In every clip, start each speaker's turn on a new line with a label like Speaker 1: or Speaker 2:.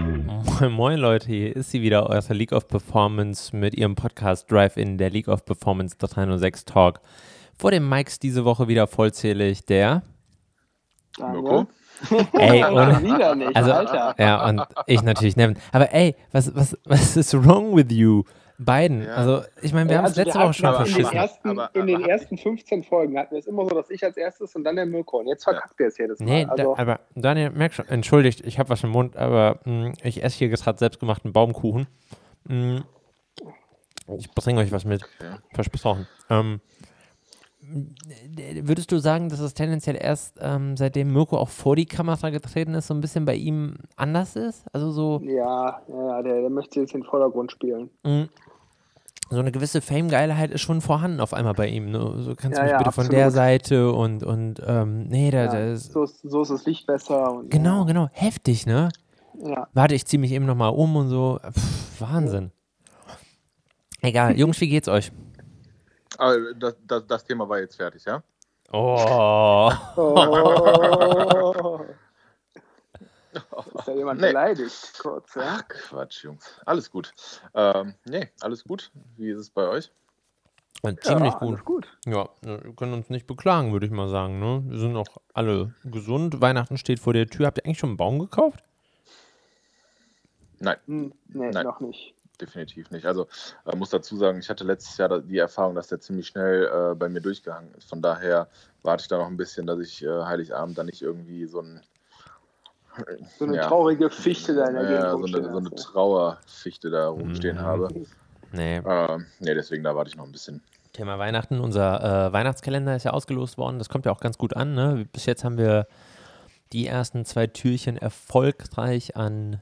Speaker 1: Moin, moin Leute, hier ist sie wieder, eure League of Performance mit ihrem Podcast Drive-In, der League of Performance 306 Talk. Vor dem Mikes diese Woche wieder vollzählig der.
Speaker 2: Danke.
Speaker 3: Mirko?
Speaker 1: Ey,
Speaker 2: Schon
Speaker 1: und,
Speaker 2: wieder nicht,
Speaker 1: also-
Speaker 2: Alter.
Speaker 1: ja, und ich natürlich Nevin. Aber ey, was, was, was ist wrong with you? Beiden.
Speaker 3: Ja.
Speaker 1: Also, ich meine, wir
Speaker 2: Ja,
Speaker 1: haben es
Speaker 2: also
Speaker 1: letzte
Speaker 2: wir
Speaker 1: Woche schon
Speaker 2: hatten In den,
Speaker 1: verschissen.
Speaker 2: ersten,
Speaker 3: Aber-
Speaker 2: in den
Speaker 3: aber-
Speaker 2: ersten 15 Folgen hatten wir es immer so, dass ich als erstes und dann der Mirko. Und jetzt verkackt ihr es jedes Mal.
Speaker 1: Nee,
Speaker 2: also,
Speaker 1: da, aber Daniel, merk schon, entschuldigt, ich habe was im Mund, aber mh, ich esse hier gerade selbstgemachten Baumkuchen. Mh, ich bringe euch was mit. Versprochen. Ähm, d- Äh, würdest du sagen, dass es tendenziell erst ähm, seitdem Mirko auch vor die Kamera getreten ist, so ein bisschen bei ihm anders ist? Also so,
Speaker 2: ja, ja der, der möchte jetzt den Vordergrund spielen.
Speaker 1: so eine gewisse Fame-Geilheit ist schon vorhanden auf einmal bei ihm. Ne? So kannst du
Speaker 2: Ja,
Speaker 1: mich
Speaker 2: ja,
Speaker 1: bitte von der
Speaker 2: absolut.
Speaker 1: Seite und, und ähm, nee, da,
Speaker 2: Ja,
Speaker 1: da ist.
Speaker 2: so, ist, so ist das Licht besser. Und,
Speaker 1: Genau, genau. Heftig, ne?
Speaker 2: Ja.
Speaker 1: Warte, ich ziehe mich eben nochmal um und so. Pff, Wahnsinn. Egal, Jungs, wie geht's euch?
Speaker 3: Aber das, das, das Thema war jetzt fertig, ja?
Speaker 1: Oh.
Speaker 2: Oh. ist ja jemand
Speaker 3: Nee.
Speaker 2: beleidigt, kurz. Ja?
Speaker 3: Ach, Quatsch, Jungs. Alles gut. Ähm, nee, alles gut. Wie ist es bei euch?
Speaker 1: ziemlich
Speaker 2: ja,
Speaker 1: gut.
Speaker 2: alles gut.
Speaker 1: Ja, wir können uns nicht beklagen, würde ich mal sagen. Ne? Wir sind auch alle gesund. Weihnachten steht vor der Tür. Habt ihr eigentlich schon einen Baum gekauft?
Speaker 3: Nein,
Speaker 2: Hm, nee,
Speaker 3: Nein.
Speaker 2: noch nicht.
Speaker 3: definitiv nicht. Also äh, muss dazu sagen, ich hatte letztes Jahr da- die Erfahrung, dass der ziemlich schnell äh, bei mir durchgehangen ist. Von daher warte ich da noch ein bisschen, dass ich äh, Heiligabend dann nicht irgendwie so ein
Speaker 2: So eine
Speaker 3: Ja.
Speaker 2: traurige Fichte da in der Gegend
Speaker 3: ja, äh, so
Speaker 2: rumstehen
Speaker 3: eine, so eine
Speaker 2: hast, ja.
Speaker 3: Trauerfichte da rumstehen
Speaker 1: Mhm.
Speaker 3: habe.
Speaker 1: Nee.
Speaker 3: Ähm, nee, deswegen da warte ich noch ein bisschen.
Speaker 1: Thema Weihnachten. Unser äh, Weihnachtskalender ist ja ausgelost worden. Das kommt ja auch ganz gut an. Ne? Bis jetzt haben wir die ersten zwei Türchen erfolgreich an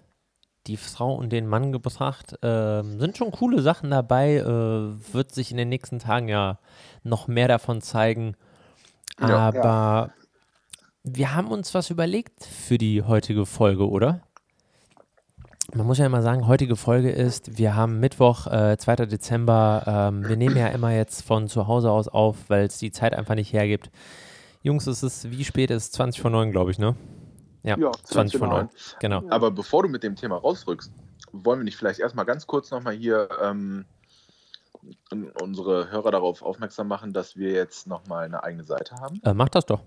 Speaker 1: die Frau und den Mann gebracht. Ähm, sind schon coole Sachen dabei. Äh, wird sich in den nächsten Tagen ja noch mehr davon zeigen.
Speaker 3: Ja, ja.
Speaker 1: Aber wir haben uns was überlegt für die heutige Folge, oder? Man muss ja immer sagen, heutige Folge ist, wir haben Mittwoch, äh, 2. Dezember. Ähm, wir nehmen ja immer jetzt von zu Hause aus auf, weil es die Zeit einfach nicht hergibt. Jungs, es ist, wie spät ist es? 20 vor 9, glaube ich, ne? Ja,
Speaker 2: Ja,
Speaker 1: 20 vor
Speaker 2: genau.
Speaker 1: 9. Genau.
Speaker 3: Aber bevor du mit dem Thema rausrückst, wollen wir nicht vielleicht erstmal ganz kurz nochmal hier ähm, un- unsere Hörer darauf aufmerksam machen, dass wir jetzt nochmal eine eigene Seite haben.
Speaker 1: Äh, mach das doch.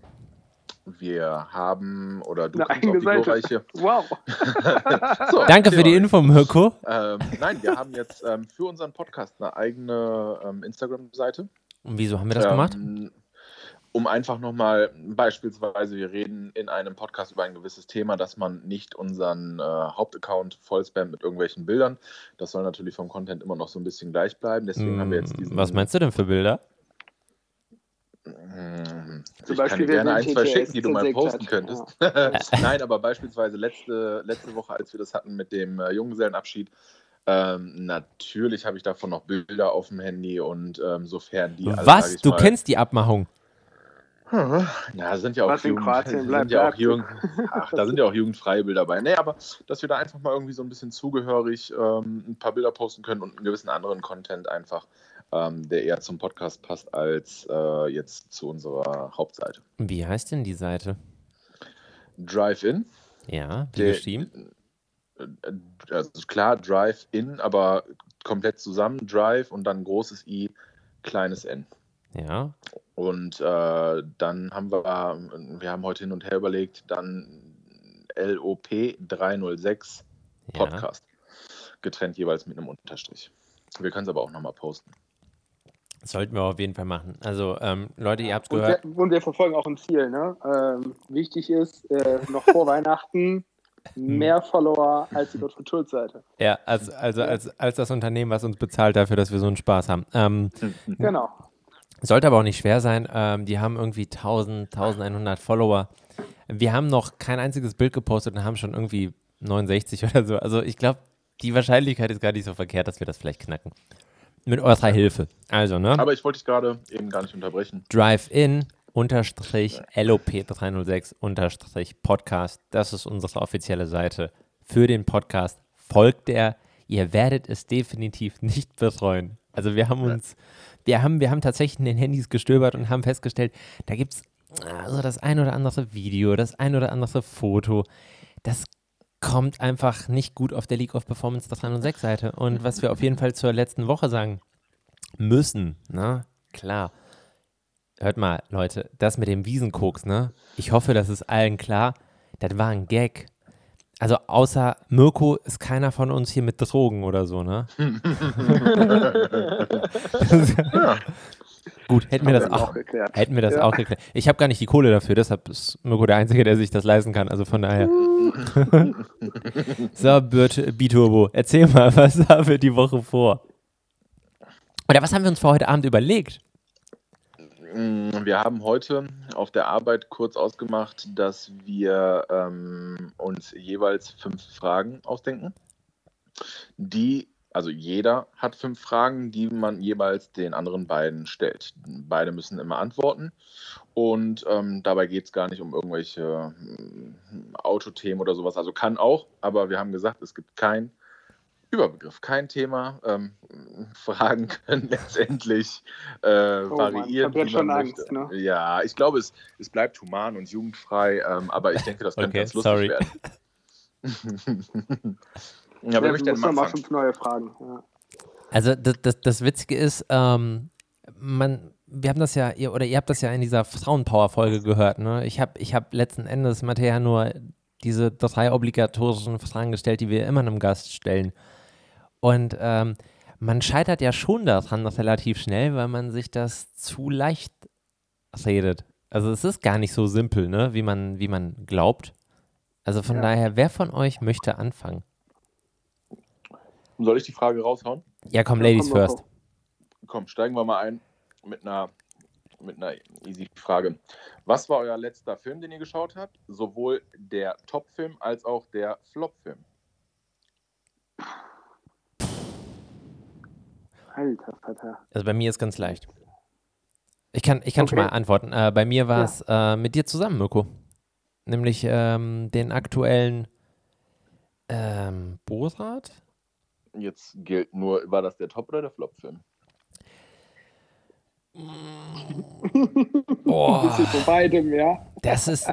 Speaker 3: Wir haben, oder du
Speaker 2: Eine
Speaker 3: kommst
Speaker 2: eigene
Speaker 3: auf die
Speaker 2: Seite.
Speaker 3: glorreiche.
Speaker 2: Wow.
Speaker 3: So,
Speaker 1: Danke für die
Speaker 3: Thema.
Speaker 1: Info, Mirko.
Speaker 3: Ähm, nein, wir haben jetzt ähm, für unseren Podcast eine eigene ähm, Instagram-Seite.
Speaker 1: Und wieso haben wir das
Speaker 3: ähm,
Speaker 1: gemacht?
Speaker 3: Um einfach nochmal, beispielsweise, wir reden in einem Podcast über ein gewisses Thema, dass man nicht unseren äh, Hauptaccount vollspammt mit irgendwelchen Bildern. Das soll natürlich vom Content immer noch so ein bisschen gleich bleiben. Deswegen haben wir jetzt
Speaker 1: Mm,
Speaker 3: diesen.
Speaker 1: Was meinst du denn für Bilder?
Speaker 3: Hm,
Speaker 2: Zum
Speaker 3: ich kann
Speaker 2: Beispiel,
Speaker 3: dir gerne
Speaker 2: wenn
Speaker 3: ein, zwei
Speaker 2: TTS
Speaker 3: schicken, die du mal
Speaker 2: zersägt
Speaker 3: posten
Speaker 2: hat.
Speaker 3: könntest. Nein, aber beispielsweise letzte, letzte Woche, als wir das hatten mit dem äh, Junggesellenabschied, ähm, natürlich habe ich davon noch Bilder auf dem Handy und ähm, sofern die. alle, sag
Speaker 1: Was?
Speaker 3: ich
Speaker 1: Du
Speaker 3: mal-
Speaker 1: kennst die Abmachung.
Speaker 3: Na, da sind ja auch
Speaker 2: Was in
Speaker 3: Jugend-
Speaker 2: Kroatien bleibt,
Speaker 3: sind ja auch
Speaker 2: bleibt.
Speaker 3: Jugend, ach, da sind ja auch Jugendfreibilder bei. Nee, aber dass wir da einfach mal irgendwie so ein bisschen zugehörig ähm, ein paar Bilder posten können und einen gewissen anderen Content einfach, ähm, der eher zum Podcast passt als äh, jetzt zu unserer Hauptseite.
Speaker 1: Wie heißt denn die Seite?
Speaker 3: Drive-In.
Speaker 1: Ja, wie
Speaker 3: Der-
Speaker 1: geschrieben?
Speaker 3: äh, Also klar, Drive-In, aber komplett zusammen Drive und dann großes I, kleines N.
Speaker 1: Ja.
Speaker 3: Und äh, dann haben wir, wir haben heute hin und her überlegt, dann LOP 306
Speaker 1: ja.
Speaker 3: Podcast. Getrennt jeweils mit einem Unterstrich. Wir können es aber auch nochmal posten.
Speaker 1: Sollten wir auf jeden Fall machen. Also, ähm, Leute, ihr habt
Speaker 2: Und
Speaker 1: gehört.
Speaker 2: wir, und wir verfolgen auch ein Ziel. Ne? Ähm, wichtig ist, äh, noch vor Weihnachten
Speaker 1: Hm.
Speaker 2: mehr Follower als die Gottfried Schulz-Seite.
Speaker 1: Ja, als, also als, als das Unternehmen, was uns bezahlt dafür, dass wir so einen Spaß haben. Ähm,
Speaker 2: Genau.
Speaker 1: sollte aber auch nicht schwer sein. Ähm, die haben irgendwie 1000, 1100 Follower. Wir haben noch kein einziges Bild gepostet und haben schon irgendwie 69 oder so. Also ich glaube, die Wahrscheinlichkeit ist gar nicht so verkehrt, dass wir das vielleicht knacken. Mit eurer Hilfe. Also, ne?
Speaker 3: Aber ich wollte dich gerade eben gar nicht unterbrechen.
Speaker 1: Drive-In unterstrich LOP306 unterstrich Podcast. Das ist unsere offizielle Seite für den Podcast. Folgt der. Ihr werdet es definitiv nicht bereuen. Also wir haben uns, wir haben, wir haben tatsächlich in den Handys gestöbert und haben festgestellt, da gibt es also das ein oder andere Video, das ein oder andere Foto. Das kommt einfach nicht gut auf der League of Performance der 306 Seite. Und was wir auf jeden Fall zur letzten Woche sagen müssen, na klar. Hört mal, Leute, das mit dem Wiesenkoks, ne? Ich hoffe, das ist allen klar. Das war ein Gag. Also außer Mirko ist keiner von uns hier mit Drogen oder so, ne?
Speaker 3: ja.
Speaker 1: Gut, hätten wir das auch,
Speaker 2: geklärt.
Speaker 1: hätten wir das
Speaker 2: Ja.
Speaker 1: auch geklärt. Ich habe gar nicht die Kohle dafür, deshalb ist Mirko der Einzige, der sich das leisten kann. Also von daher. so, Birt- Biturbo, erzähl mal, was haben wir die Woche vor? Oder was haben wir uns vor heute Abend überlegt?
Speaker 3: Mm, Wir haben heute auf der Arbeit kurz ausgemacht, dass wir ähm, uns jeweils fünf Fragen ausdenken. Die, also jeder hat fünf Fragen, die man jeweils den anderen beiden stellt. Beide müssen immer antworten. Und ähm, dabei geht es gar nicht um irgendwelche mm, Autothemen oder sowas. Also kann auch, aber wir haben gesagt, es gibt keinen Überbegriff, kein Thema. Ähm, Fragen können letztendlich äh,
Speaker 2: Oh Mann,
Speaker 3: variieren.
Speaker 2: ich hab jetzt
Speaker 3: wie man
Speaker 2: schon Angst,
Speaker 3: möchte.
Speaker 2: ne?
Speaker 3: Ja, ich glaube, es, es bleibt human und jugendfrei, ähm, aber ich denke, das könnte
Speaker 1: Okay,
Speaker 3: ganz lustig
Speaker 1: sorry.
Speaker 3: werden. ja, wer
Speaker 2: Ja,
Speaker 3: möchte
Speaker 2: du musst noch Äh,
Speaker 3: denn mal
Speaker 2: mal
Speaker 3: anfangen?
Speaker 2: fünf neue Fragen. Ja.
Speaker 1: Also das, das, das Witzige ist, ähm, man, wir haben das ja, ihr, oder ihr habt das ja in dieser Frauenpower-Folge gehört, ne? Ich habe ich hab letzten Endes Matthäa nur diese drei obligatorischen Fragen gestellt, die wir immer einem Gast stellen. Und ähm, man scheitert ja schon daran relativ schnell, weil man sich das zu leicht redet. Also es ist gar nicht so simpel, ne? wie, man, wie man glaubt. Also von
Speaker 2: Ja.
Speaker 1: daher, wer von euch möchte anfangen?
Speaker 3: Soll ich die Frage raushauen?
Speaker 1: Ja, komm,
Speaker 2: Ja,
Speaker 1: Ladies
Speaker 2: komm,
Speaker 1: first.
Speaker 2: Marco.
Speaker 3: Komm, steigen wir mal ein mit einer, mit einer easy Frage. Was war euer letzter Film, den ihr geschaut habt? Sowohl der Top-Film als auch der Flop-Film.
Speaker 2: Alter, Vater.
Speaker 1: Also bei mir ist ganz leicht. Ich kann, ich kann schon
Speaker 2: Okay.
Speaker 1: mal antworten. Äh, bei mir war es äh, mit dir zusammen, Mirko. Nämlich ähm, den aktuellen ähm, Borat?
Speaker 3: Jetzt gilt nur, war das der Top- oder der Flop-Film?
Speaker 2: Das ist
Speaker 1: Boah,
Speaker 2: so beidem, ja.
Speaker 1: das ist,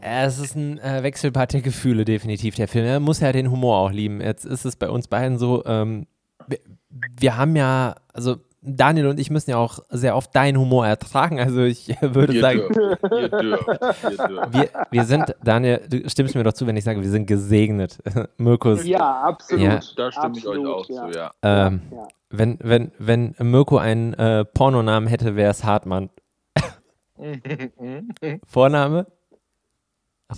Speaker 1: es ist ein äh, Wechselbad der Gefühle, definitiv, der Film. Er muss ja den Humor auch lieben. Jetzt ist es bei uns beiden so, ähm, wir, wir haben ja, also Daniel und ich müssen ja auch sehr oft deinen Humor ertragen. Also ich würde
Speaker 3: Ihr
Speaker 1: sagen,
Speaker 3: dürft, ihr dürft, ihr dürft.
Speaker 1: Wir, wir sind, Daniel, du stimmst mir doch zu, wenn ich sage, wir sind gesegnet. Mirko ist,
Speaker 2: Ja, absolut.
Speaker 1: Ja.
Speaker 3: Da stimme ich euch
Speaker 2: Absolut,
Speaker 3: auch
Speaker 2: ja.
Speaker 3: zu, ja.
Speaker 1: ähm,
Speaker 2: Ja.
Speaker 1: wenn, wenn, wenn Mirko einen äh, Pornonamen hätte, wäre es Hartmann. Vorname?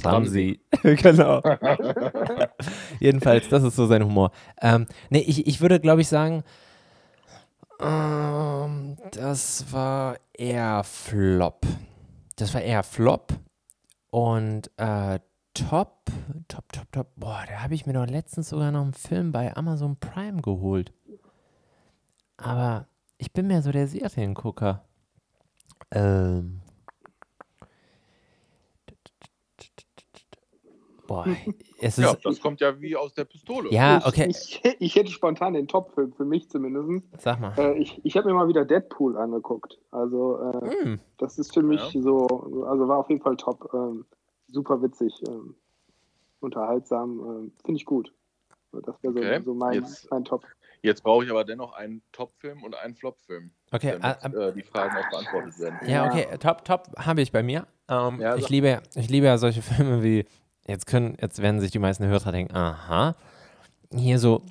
Speaker 1: Ramsi. genau. Jedenfalls, das ist so sein Humor. Ähm, nee, ich, ich würde, glaube ich, sagen, ähm, das war eher Flop. Das war eher Flop. Und äh, Top, Top, Top, Top. Boah, da habe ich mir doch letztens sogar noch einen Film bei Amazon Prime geholt. Aber ich bin mehr so der Seriengucker. Ähm. Boah, es ist.
Speaker 3: Ja,
Speaker 1: Ja,
Speaker 3: das kommt ja wie aus der Pistole.
Speaker 2: Oh, ich,
Speaker 1: okay,
Speaker 2: Ich, ich hätte spontan den Top-Film, für mich zumindest.
Speaker 1: sag mal.
Speaker 2: Äh, ich ich habe mir mal wieder Deadpool angeguckt. Also, äh,
Speaker 1: Hm.
Speaker 2: das ist für mich
Speaker 3: Ja.
Speaker 2: so, also war auf jeden Fall top. Ähm, super witzig, ähm, unterhaltsam, ähm, finde ich gut. So, Das wäre so,
Speaker 3: Okay,
Speaker 2: so mein,
Speaker 3: jetzt-
Speaker 2: mein Top.
Speaker 3: Jetzt brauche ich aber dennoch einen Top-Film und einen Flop-Film,
Speaker 1: Okay,
Speaker 3: damit
Speaker 1: ah, ah,
Speaker 3: äh, die Fragen auch beantwortet werden.
Speaker 1: Ja,
Speaker 2: Ja.
Speaker 1: okay, top, top habe ich bei mir. Ähm,
Speaker 3: Ja,
Speaker 1: ich,
Speaker 3: sag.
Speaker 1: liebe, ich liebe ja solche Filme wie, jetzt können, jetzt werden sich die meisten Hörer denken, aha, hier so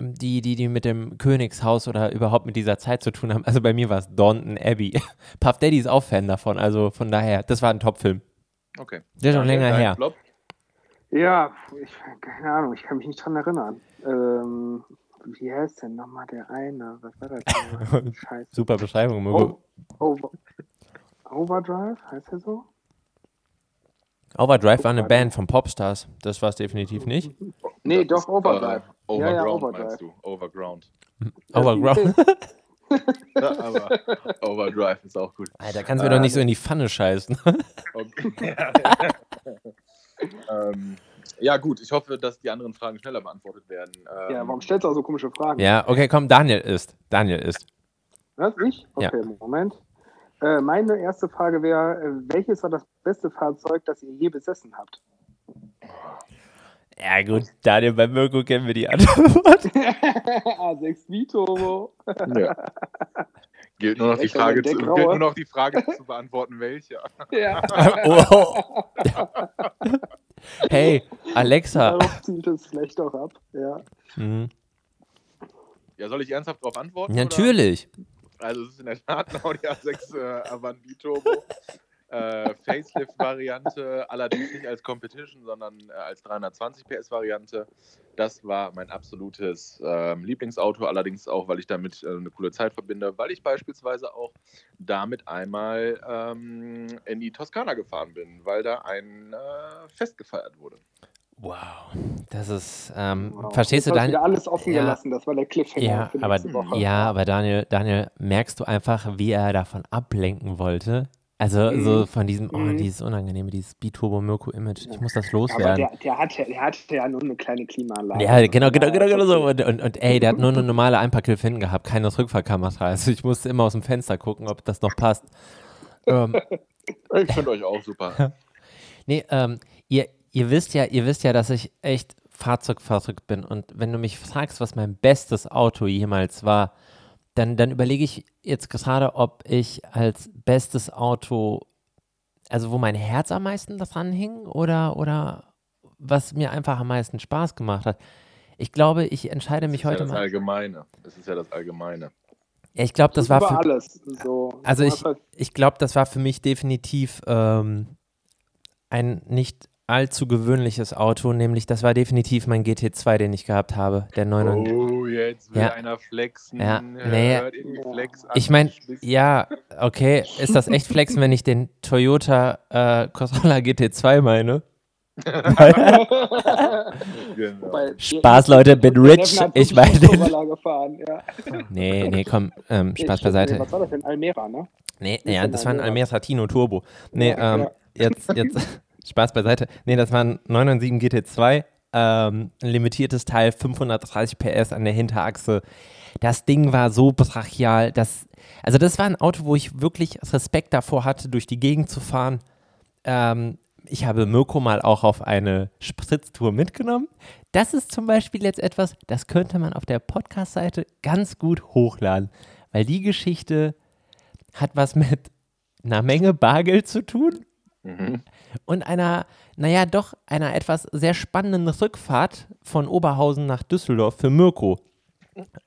Speaker 1: ähm, die, die, die mit dem Königshaus oder überhaupt mit dieser Zeit zu tun haben. Also bei mir war es Downton Abbey. Puff Daddy ist auch Fan davon, also von daher, das war ein Top-Film.
Speaker 3: Okay.
Speaker 1: Der ist schon
Speaker 3: Dann
Speaker 1: länger
Speaker 3: dein
Speaker 1: her.
Speaker 3: Flop.
Speaker 2: Ja, ich, keine Ahnung, ich kann mich nicht dran erinnern. Ähm, wie heißt denn nochmal der eine? Was war das? denn? Scheiße.
Speaker 1: Super Beschreibung, Mogo.
Speaker 2: Oh, Over, Overdrive, heißt er so?
Speaker 1: Overdrive war eine Band von Popstars. Das war es definitiv nicht.
Speaker 2: Nee,
Speaker 3: Das
Speaker 2: doch,
Speaker 3: ist,
Speaker 2: Overdrive.
Speaker 3: Äh,
Speaker 2: Ja, ja,
Speaker 3: Overground
Speaker 2: Overdrive.
Speaker 3: meinst du? Overground.
Speaker 1: Overground.
Speaker 3: Ja, aber Overdrive ist auch gut.
Speaker 1: Alter, kannst du mir doch nicht so in die Pfanne scheißen.
Speaker 3: Okay. ähm, ja, gut. Ich hoffe, dass die anderen Fragen schneller beantwortet werden. Ähm,
Speaker 2: Ja, warum stellst du auch so komische Fragen?
Speaker 1: ja, okay, komm, Daniel ist. Daniel ist.
Speaker 2: Was, ich?
Speaker 1: Ja.
Speaker 2: Okay, Moment. Äh, meine erste Frage wäre, äh, welches war das beste Fahrzeug, das ihr je besessen habt?
Speaker 1: Ja, gut, Daniel, bei Mirko kennen wir die Antwort.
Speaker 2: A6 Vito.
Speaker 3: Ja. Gilt nur noch die
Speaker 2: Rechter mit
Speaker 3: Frage zu, gilt
Speaker 2: Deckgraue.
Speaker 3: nur noch die Frage zu beantworten, welche.
Speaker 2: Ja.
Speaker 1: oh. Hey, Alexa.
Speaker 2: Darauf zielt es vielleicht auch ab. Ja.
Speaker 1: Mhm.
Speaker 3: Ja, soll ich ernsthaft darauf antworten?
Speaker 1: Natürlich.
Speaker 3: Oder? Also es ist in der Tat ein Audi A6 äh, Avant Biturbo. Äh, Facelift-Variante, allerdings nicht als Competition, sondern äh, als 320 PS-Variante. Das war mein absolutes ähm, Lieblingsauto, allerdings auch, weil ich damit äh, eine coole Zeit verbinde, weil ich beispielsweise auch damit einmal ähm, in die Toskana gefahren bin, weil da ein äh, Fest gefeiert wurde.
Speaker 1: Wow. Das ist, ähm,
Speaker 2: Wow.
Speaker 1: verstehst du,
Speaker 2: Jetzt hast
Speaker 1: Daniel?
Speaker 2: wieder alles offen
Speaker 1: Ja.
Speaker 2: gelassen. Das war der Cliffhanger
Speaker 1: Ja
Speaker 2: für
Speaker 1: aber,
Speaker 2: nächste Woche.
Speaker 1: ja, aber Daniel, Daniel, merkst du einfach, wie er davon ablenken wollte? Also
Speaker 2: Mhm.
Speaker 1: so von diesem, oh,
Speaker 2: Mhm.
Speaker 1: dieses unangenehme, dieses Biturbo-Mirko-Image, ich
Speaker 2: Ja.
Speaker 1: muss das
Speaker 2: Aber
Speaker 1: loswerden.
Speaker 2: der, der, hat, ja- der hat ja nur eine kleine Klimaanlage.
Speaker 1: Ja, genau, genau,
Speaker 2: Ja,
Speaker 1: genau, genau so.
Speaker 2: okay.
Speaker 1: Und, und, und ey, der hat nur eine normale Einpackhilfe hinten gehabt, keine Rückfahrkamera. Also ich musste immer aus dem Fenster gucken, ob das noch passt. ähm,
Speaker 3: Ich finde euch auch super.
Speaker 1: Nee, ähm, ihr, ihr wisst ja, ihr wisst ja, dass ich echt fahrzeugverrückt bin. Und wenn du mich fragst, was mein bestes Auto jemals war, dann, dann überlege ich jetzt gerade, ob ich als bestes Auto, also wo mein Herz am meisten dran hing oder, oder was mir einfach am meisten Spaß gemacht hat. Ich glaube, ich entscheide mich
Speaker 3: es ist
Speaker 1: heute
Speaker 3: ja das
Speaker 1: mal.
Speaker 3: Allgemeine. Es ist ja das Allgemeine.
Speaker 1: Ja, ich glaube, das war
Speaker 2: Über
Speaker 1: für,
Speaker 2: alles. So.
Speaker 1: Also
Speaker 2: Du
Speaker 1: ich-
Speaker 2: hast halt-
Speaker 1: ich glaube, das war für mich definitiv ähm, ein nicht allzu gewöhnliches Auto, nämlich das war definitiv mein GT2, den ich gehabt habe, der 9.
Speaker 3: Oh, jetzt will
Speaker 1: Ja.
Speaker 3: einer flexen.
Speaker 1: Ja, nee.
Speaker 3: Hört ihn Flex an.
Speaker 1: Ich meine,
Speaker 3: Spitz-
Speaker 1: ja, okay, ist das echt flexen, wenn ich den Toyota äh, Corolla GT2 meine?
Speaker 3: Genau.
Speaker 2: Wobei,
Speaker 1: Spaß, Leute, bin
Speaker 2: Neven
Speaker 1: rich.
Speaker 2: hat
Speaker 1: Ich
Speaker 2: wirklich
Speaker 1: meine den.
Speaker 2: Corolla gefahren, ja.
Speaker 1: Nee, nee, komm, ähm, Spaß
Speaker 2: Nee,
Speaker 1: beiseite.
Speaker 2: Was war das denn? Almera, ne?
Speaker 1: Nee,
Speaker 2: Nicht
Speaker 1: ja,
Speaker 2: in
Speaker 1: das war
Speaker 2: einem
Speaker 1: ein
Speaker 2: Jahr.
Speaker 1: Almera Tino Turbo. Nee,
Speaker 2: Ja,
Speaker 1: ähm, jetzt, jetzt, Spaß beiseite. Nee, das war ein 997 GT2, ähm, ein limitiertes Teil, 530 PS an der Hinterachse. Das Ding war so brachial, dass, also das war ein Auto, wo ich wirklich Respekt davor hatte, durch die Gegend zu fahren. Ähm, ich habe Mirko mal auch auf eine Spritztour mitgenommen. Das ist zum Beispiel jetzt etwas, das könnte man auf der Podcast-Seite ganz gut hochladen, weil die Geschichte hat was mit einer Menge Bargeld zu tun
Speaker 3: Mhm.
Speaker 1: und einer, naja, doch einer etwas sehr spannenden Rückfahrt von Oberhausen nach Düsseldorf für Mirko.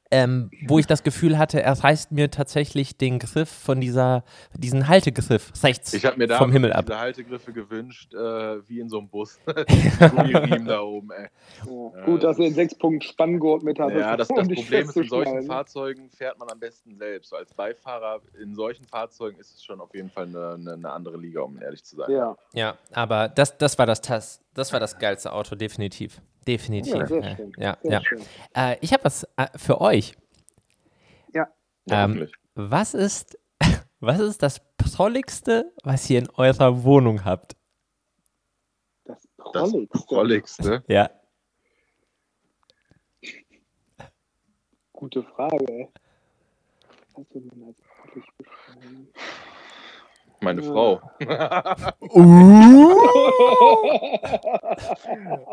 Speaker 1: Ähm, wo ich das Gefühl hatte, er reißt mir tatsächlich den Griff von dieser, diesen Haltegriff rechts
Speaker 3: Ich habe mir da
Speaker 1: vom Himmel ab.
Speaker 3: diese Haltegriffe gewünscht, äh, wie in so einem Bus. Die Riemen da oben, ey.
Speaker 2: Ja. Gut, dass ihr den 6-Punkt-Spanngurt mit habt.
Speaker 3: Ja, das, das
Speaker 2: um dich
Speaker 3: Problem ist, in solchen
Speaker 2: festzuschnallen.
Speaker 3: Fahrzeugen fährt man am besten selbst. So als Beifahrer in solchen Fahrzeugen ist es schon auf jeden Fall eine, eine, eine andere Liga, um ehrlich zu sein.
Speaker 2: Ja,
Speaker 1: Ja, aber das, das war das Tas, das war das geilste Auto, definitiv. Definitiv.
Speaker 2: ja sehr
Speaker 1: äh,
Speaker 2: schön.
Speaker 1: ja,
Speaker 2: sehr
Speaker 1: ja.
Speaker 2: schön.
Speaker 1: Äh, ich habe was äh, für euch.
Speaker 3: Ja,
Speaker 1: Ähm,
Speaker 3: hoffentlich.
Speaker 1: Was ist, was ist das Prolligste, was ihr in eurer Wohnung habt?
Speaker 2: Das
Speaker 3: das
Speaker 2: Prolligste.
Speaker 3: Prolligste.
Speaker 1: Ja.
Speaker 2: Gute Frage, ey. Was will man als prollig beschreiben?
Speaker 3: Meine
Speaker 2: Ja.
Speaker 3: Frau.
Speaker 1: Uh.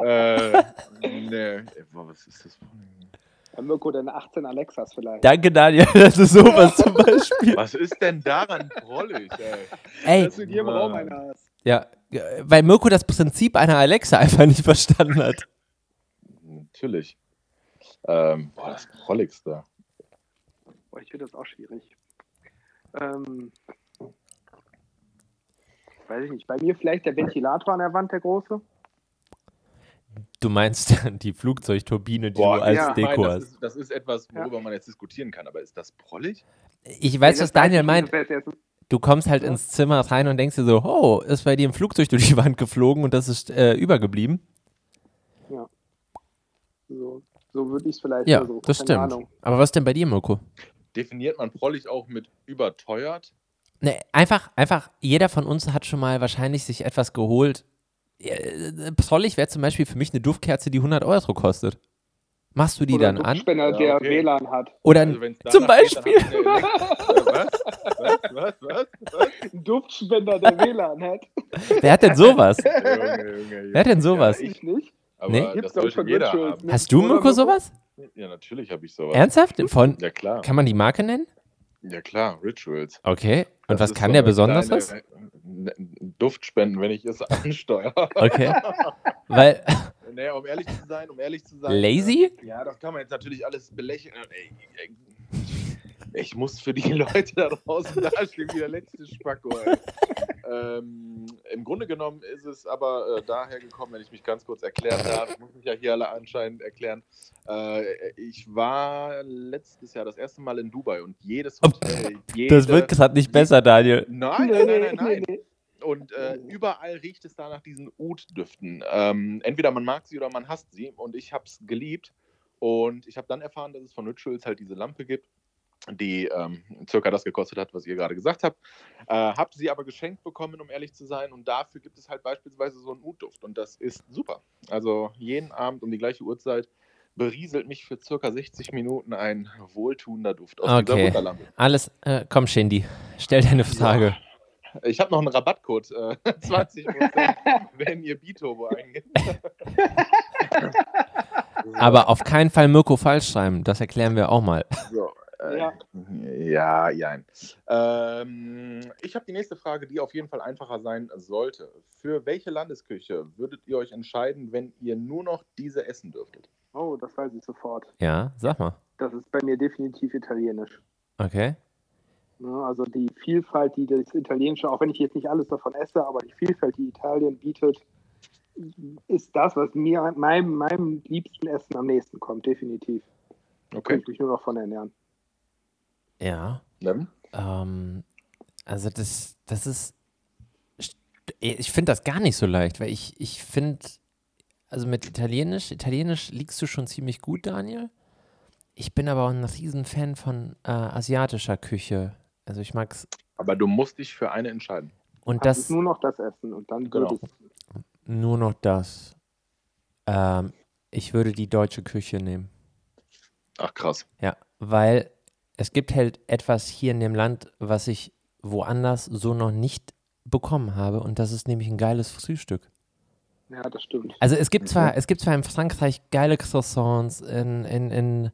Speaker 3: äh, nee. Ey, boah, was ist das?
Speaker 2: Ja, Mirko, deine 18 Alexas vielleicht.
Speaker 1: Danke, Daniel, dass du sowas zum Beispiel.
Speaker 3: Was ist denn daran prollig, ey?
Speaker 1: Ey,
Speaker 2: dass du in jedem Raum einer hast.
Speaker 1: ja, äh, weil Mirko das Prinzip einer Alexa einfach nicht verstanden hat.
Speaker 3: Natürlich. Ähm, boah, das Prolligste.
Speaker 2: Boah, ich finde das auch schwierig. Ähm, weiß ich nicht. Bei mir vielleicht der Ventilator an der Wand, der große.
Speaker 1: Du meinst die Flugzeugturbine, die du als
Speaker 2: ja,
Speaker 3: ich
Speaker 1: Deko
Speaker 3: das,
Speaker 1: hast.
Speaker 3: ist, das ist etwas,
Speaker 2: Ja.
Speaker 3: worüber man jetzt diskutieren kann, aber ist das prollig?
Speaker 1: Ich weiß,
Speaker 2: Nee,
Speaker 1: was
Speaker 2: das
Speaker 1: Daniel
Speaker 2: weiß
Speaker 1: meint.
Speaker 2: ich nicht. Das wär's jetzt-
Speaker 1: Du kommst halt
Speaker 2: Ja.
Speaker 1: ins Zimmer rein und denkst dir so, oh, ist bei dir ein Flugzeug durch die Wand geflogen und das ist äh, übergeblieben.
Speaker 2: So, so würde ich es vielleicht
Speaker 1: Ja,
Speaker 2: versuchen.
Speaker 1: das
Speaker 2: Keine
Speaker 1: stimmt.
Speaker 2: Ahnung.
Speaker 1: Aber was denn bei dir, Mirko?
Speaker 3: Definiert man prollig auch mit überteuert?
Speaker 1: Ne, einfach, einfach, jeder von uns hat schon mal wahrscheinlich sich etwas geholt. Äh, Prollig wäre zum Beispiel für mich eine Duftkerze, die 100 Euro kostet. Machst du die
Speaker 2: Oder
Speaker 1: dann
Speaker 2: ein
Speaker 1: an?
Speaker 2: Spender,
Speaker 3: Ja,
Speaker 2: der
Speaker 3: okay.
Speaker 2: WLAN hat.
Speaker 1: Oder ein-
Speaker 3: Also wenn's danach
Speaker 1: zum
Speaker 3: geht, dann
Speaker 1: Beispiel.
Speaker 3: haben wir eine Elektro- Äh, was? Was? Was? Was?
Speaker 2: Ein Duftspender, der WLAN hat.
Speaker 1: Wer hat denn sowas?
Speaker 3: Junge, Junge, Junge.
Speaker 1: Wer hat denn sowas?
Speaker 3: Ja, ich,
Speaker 2: Ich nicht.
Speaker 3: Aber
Speaker 1: Nee.
Speaker 3: das
Speaker 2: Gibt's, glaub ich,
Speaker 3: sollte
Speaker 2: von
Speaker 3: jeder
Speaker 2: Windschutz,
Speaker 3: haben.
Speaker 2: ne?
Speaker 1: Hast du,
Speaker 2: Oder
Speaker 1: Mirko,
Speaker 2: so?
Speaker 1: sowas?
Speaker 3: Ja, natürlich habe ich sowas.
Speaker 1: Ernsthaft? Von,
Speaker 3: Ja, klar.
Speaker 1: kann man die Marke nennen?
Speaker 3: Ja, klar, Rituals.
Speaker 1: Okay. Und
Speaker 3: Das
Speaker 1: was
Speaker 3: ist
Speaker 1: kann
Speaker 3: so
Speaker 1: der
Speaker 3: eine
Speaker 1: Besonderes?
Speaker 3: kleine, äh, Duft spenden, wenn ich es ansteuere.
Speaker 1: Okay. Weil,
Speaker 3: nee, um ehrlich zu sein, um ehrlich zu sein.
Speaker 1: lazy?
Speaker 3: äh, Ja, das kann man jetzt natürlich alles belächeln. Ey, ey, äh, Ich muss für die Leute da draußen dastehen wie der letzte Spacko. Ey. Ähm, Im Grunde genommen ist es aber äh, daher gekommen, wenn ich mich ganz kurz erklären darf. Ich muss mich ja hier alle anscheinend erklären. Äh, ich war letztes Jahr das erste Mal in Dubai und jedes
Speaker 1: Oh,
Speaker 3: Hotel.
Speaker 1: Das
Speaker 3: jede-
Speaker 1: wird gerade nicht besser, Daniel.
Speaker 3: Nein, nein, nein, nein, nein.
Speaker 2: nee.
Speaker 3: Und äh, überall riecht es da nach diesen Oud-Düften. Ähm, entweder man mag sie oder man hasst sie. Und ich habe es geliebt. Und ich habe dann erfahren, dass es von Rituals halt diese Lampe gibt, die ähm, circa das gekostet hat, was ihr gerade gesagt habt. Äh, habe sie aber geschenkt bekommen, um ehrlich zu sein. Und dafür gibt es halt beispielsweise so einen Oud-Duft. Und das ist super. Also jeden Abend um die gleiche Uhrzeit berieselt mich für circa 60 Minuten ein wohltuender Duft aus dieser
Speaker 1: Okay.
Speaker 3: Wunderlampe.
Speaker 1: Alles, äh, komm, Shindy, stell deine Frage.
Speaker 3: Ich habe noch einen Rabattcode, äh, 20%, wenn ihr Biturbo eingebt.
Speaker 1: Aber auf keinen Fall Mirko falsch schreiben. Das erklären wir auch mal.
Speaker 3: So, äh,
Speaker 2: Ja.
Speaker 3: ja, jein. Ähm, ich habe die nächste Frage, die auf jeden Fall einfacher sein sollte. Für welche Landesküche würdet ihr euch entscheiden, wenn ihr nur noch diese essen dürftet?
Speaker 2: Oh, das weiß ich sofort.
Speaker 1: Ja, sag mal.
Speaker 2: Das ist bei mir definitiv italienisch.
Speaker 1: Okay.
Speaker 2: Ne, Also die Vielfalt, die das Italienische, auch wenn ich jetzt nicht alles davon esse, aber die Vielfalt, die Italien bietet, ist das, was mir meinem, meinem liebsten Essen am nächsten kommt, definitiv. Könnte
Speaker 3: Okay.
Speaker 2: ich mich nur noch von ernähren.
Speaker 1: Ja.
Speaker 3: Dann?
Speaker 1: Ähm, also das, das ist. Ich finde das gar nicht so leicht, weil ich, ich finde, also mit Italienisch, Italienisch liegst du schon ziemlich gut, Daniel. Ich bin aber auch ein Riesenfan von äh, asiatischer Küche. Also ich mag's.
Speaker 3: Aber du musst dich für eine entscheiden.
Speaker 1: Und
Speaker 2: Das
Speaker 1: das
Speaker 2: ist nur noch das Essen und dann
Speaker 3: Genau.
Speaker 2: würde ich,
Speaker 1: nur noch das. Ähm, ich würde die deutsche Küche nehmen.
Speaker 3: Ach krass.
Speaker 1: Ja, weil es gibt halt etwas hier in dem Land, was ich woanders so noch nicht bekommen habe und das ist nämlich ein geiles Frühstück.
Speaker 2: ja, das stimmt.
Speaker 1: Also es gibt zwar,
Speaker 3: Mhm.
Speaker 1: es gibt zwar in Frankreich geile Croissants, in, in, in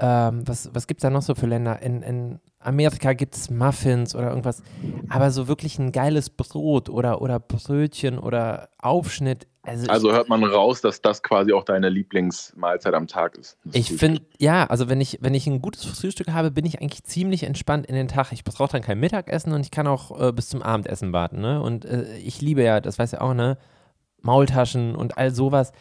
Speaker 1: ähm, was, was gibt es da noch so für Länder? In, in Amerika gibt es Muffins oder irgendwas, aber so wirklich ein geiles Brot oder, oder Brötchen oder Aufschnitt, also, ich-
Speaker 3: Also hört man raus, dass das quasi auch deine Lieblingsmahlzeit am Tag ist. Das
Speaker 1: Ich
Speaker 3: Frühstück.
Speaker 1: finde, ja, also wenn ich, wenn ich ein gutes Frühstück habe, bin ich eigentlich ziemlich entspannt in den Tag. Ich brauche dann kein Mittagessen und ich kann auch äh, bis zum Abendessen warten. Ne? Und äh, ich liebe ja, das weiß ja auch, ne? Maultaschen und all sowas.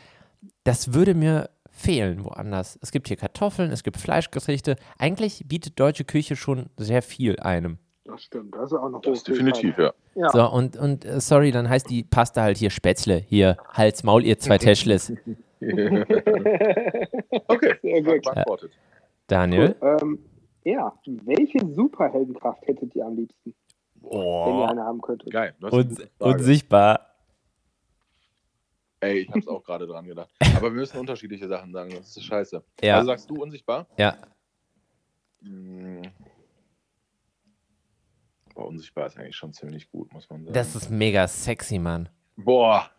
Speaker 1: Das würde mir fehlen woanders. Es gibt hier Kartoffeln, es gibt Fleischgerichte. Eigentlich bietet deutsche Küche schon sehr viel einem.
Speaker 2: Das stimmt. Das ist auch noch
Speaker 3: Das
Speaker 2: hohe
Speaker 3: definitiv,
Speaker 2: Vielfalt.
Speaker 3: ja.
Speaker 2: Ja,
Speaker 1: So, und, und äh, sorry, dann heißt die Pasta halt hier Spätzle, hier Hals, Maul, ihr zwei Täschles.
Speaker 3: okay.
Speaker 2: sehr gut.
Speaker 3: Beantwortet.
Speaker 1: Daniel?
Speaker 2: Cool. Ähm, ja, welche Superheldenkraft hättet ihr am liebsten,
Speaker 3: Oh.
Speaker 2: wenn ihr eine haben könntet?
Speaker 3: Geil. das ist eine
Speaker 1: Uns-
Speaker 3: gute Frage.
Speaker 1: unsichtbar.
Speaker 3: Ey, ich hab's auch gerade dran gedacht. Aber wir müssen unterschiedliche Sachen sagen, das ist scheiße.
Speaker 1: Ja.
Speaker 3: Also sagst du unsichtbar?
Speaker 1: Ja,
Speaker 3: Hm. Boah, unsichtbar ist eigentlich schon ziemlich gut, muss man sagen.
Speaker 1: das ist mega sexy, Mann.
Speaker 3: Boah,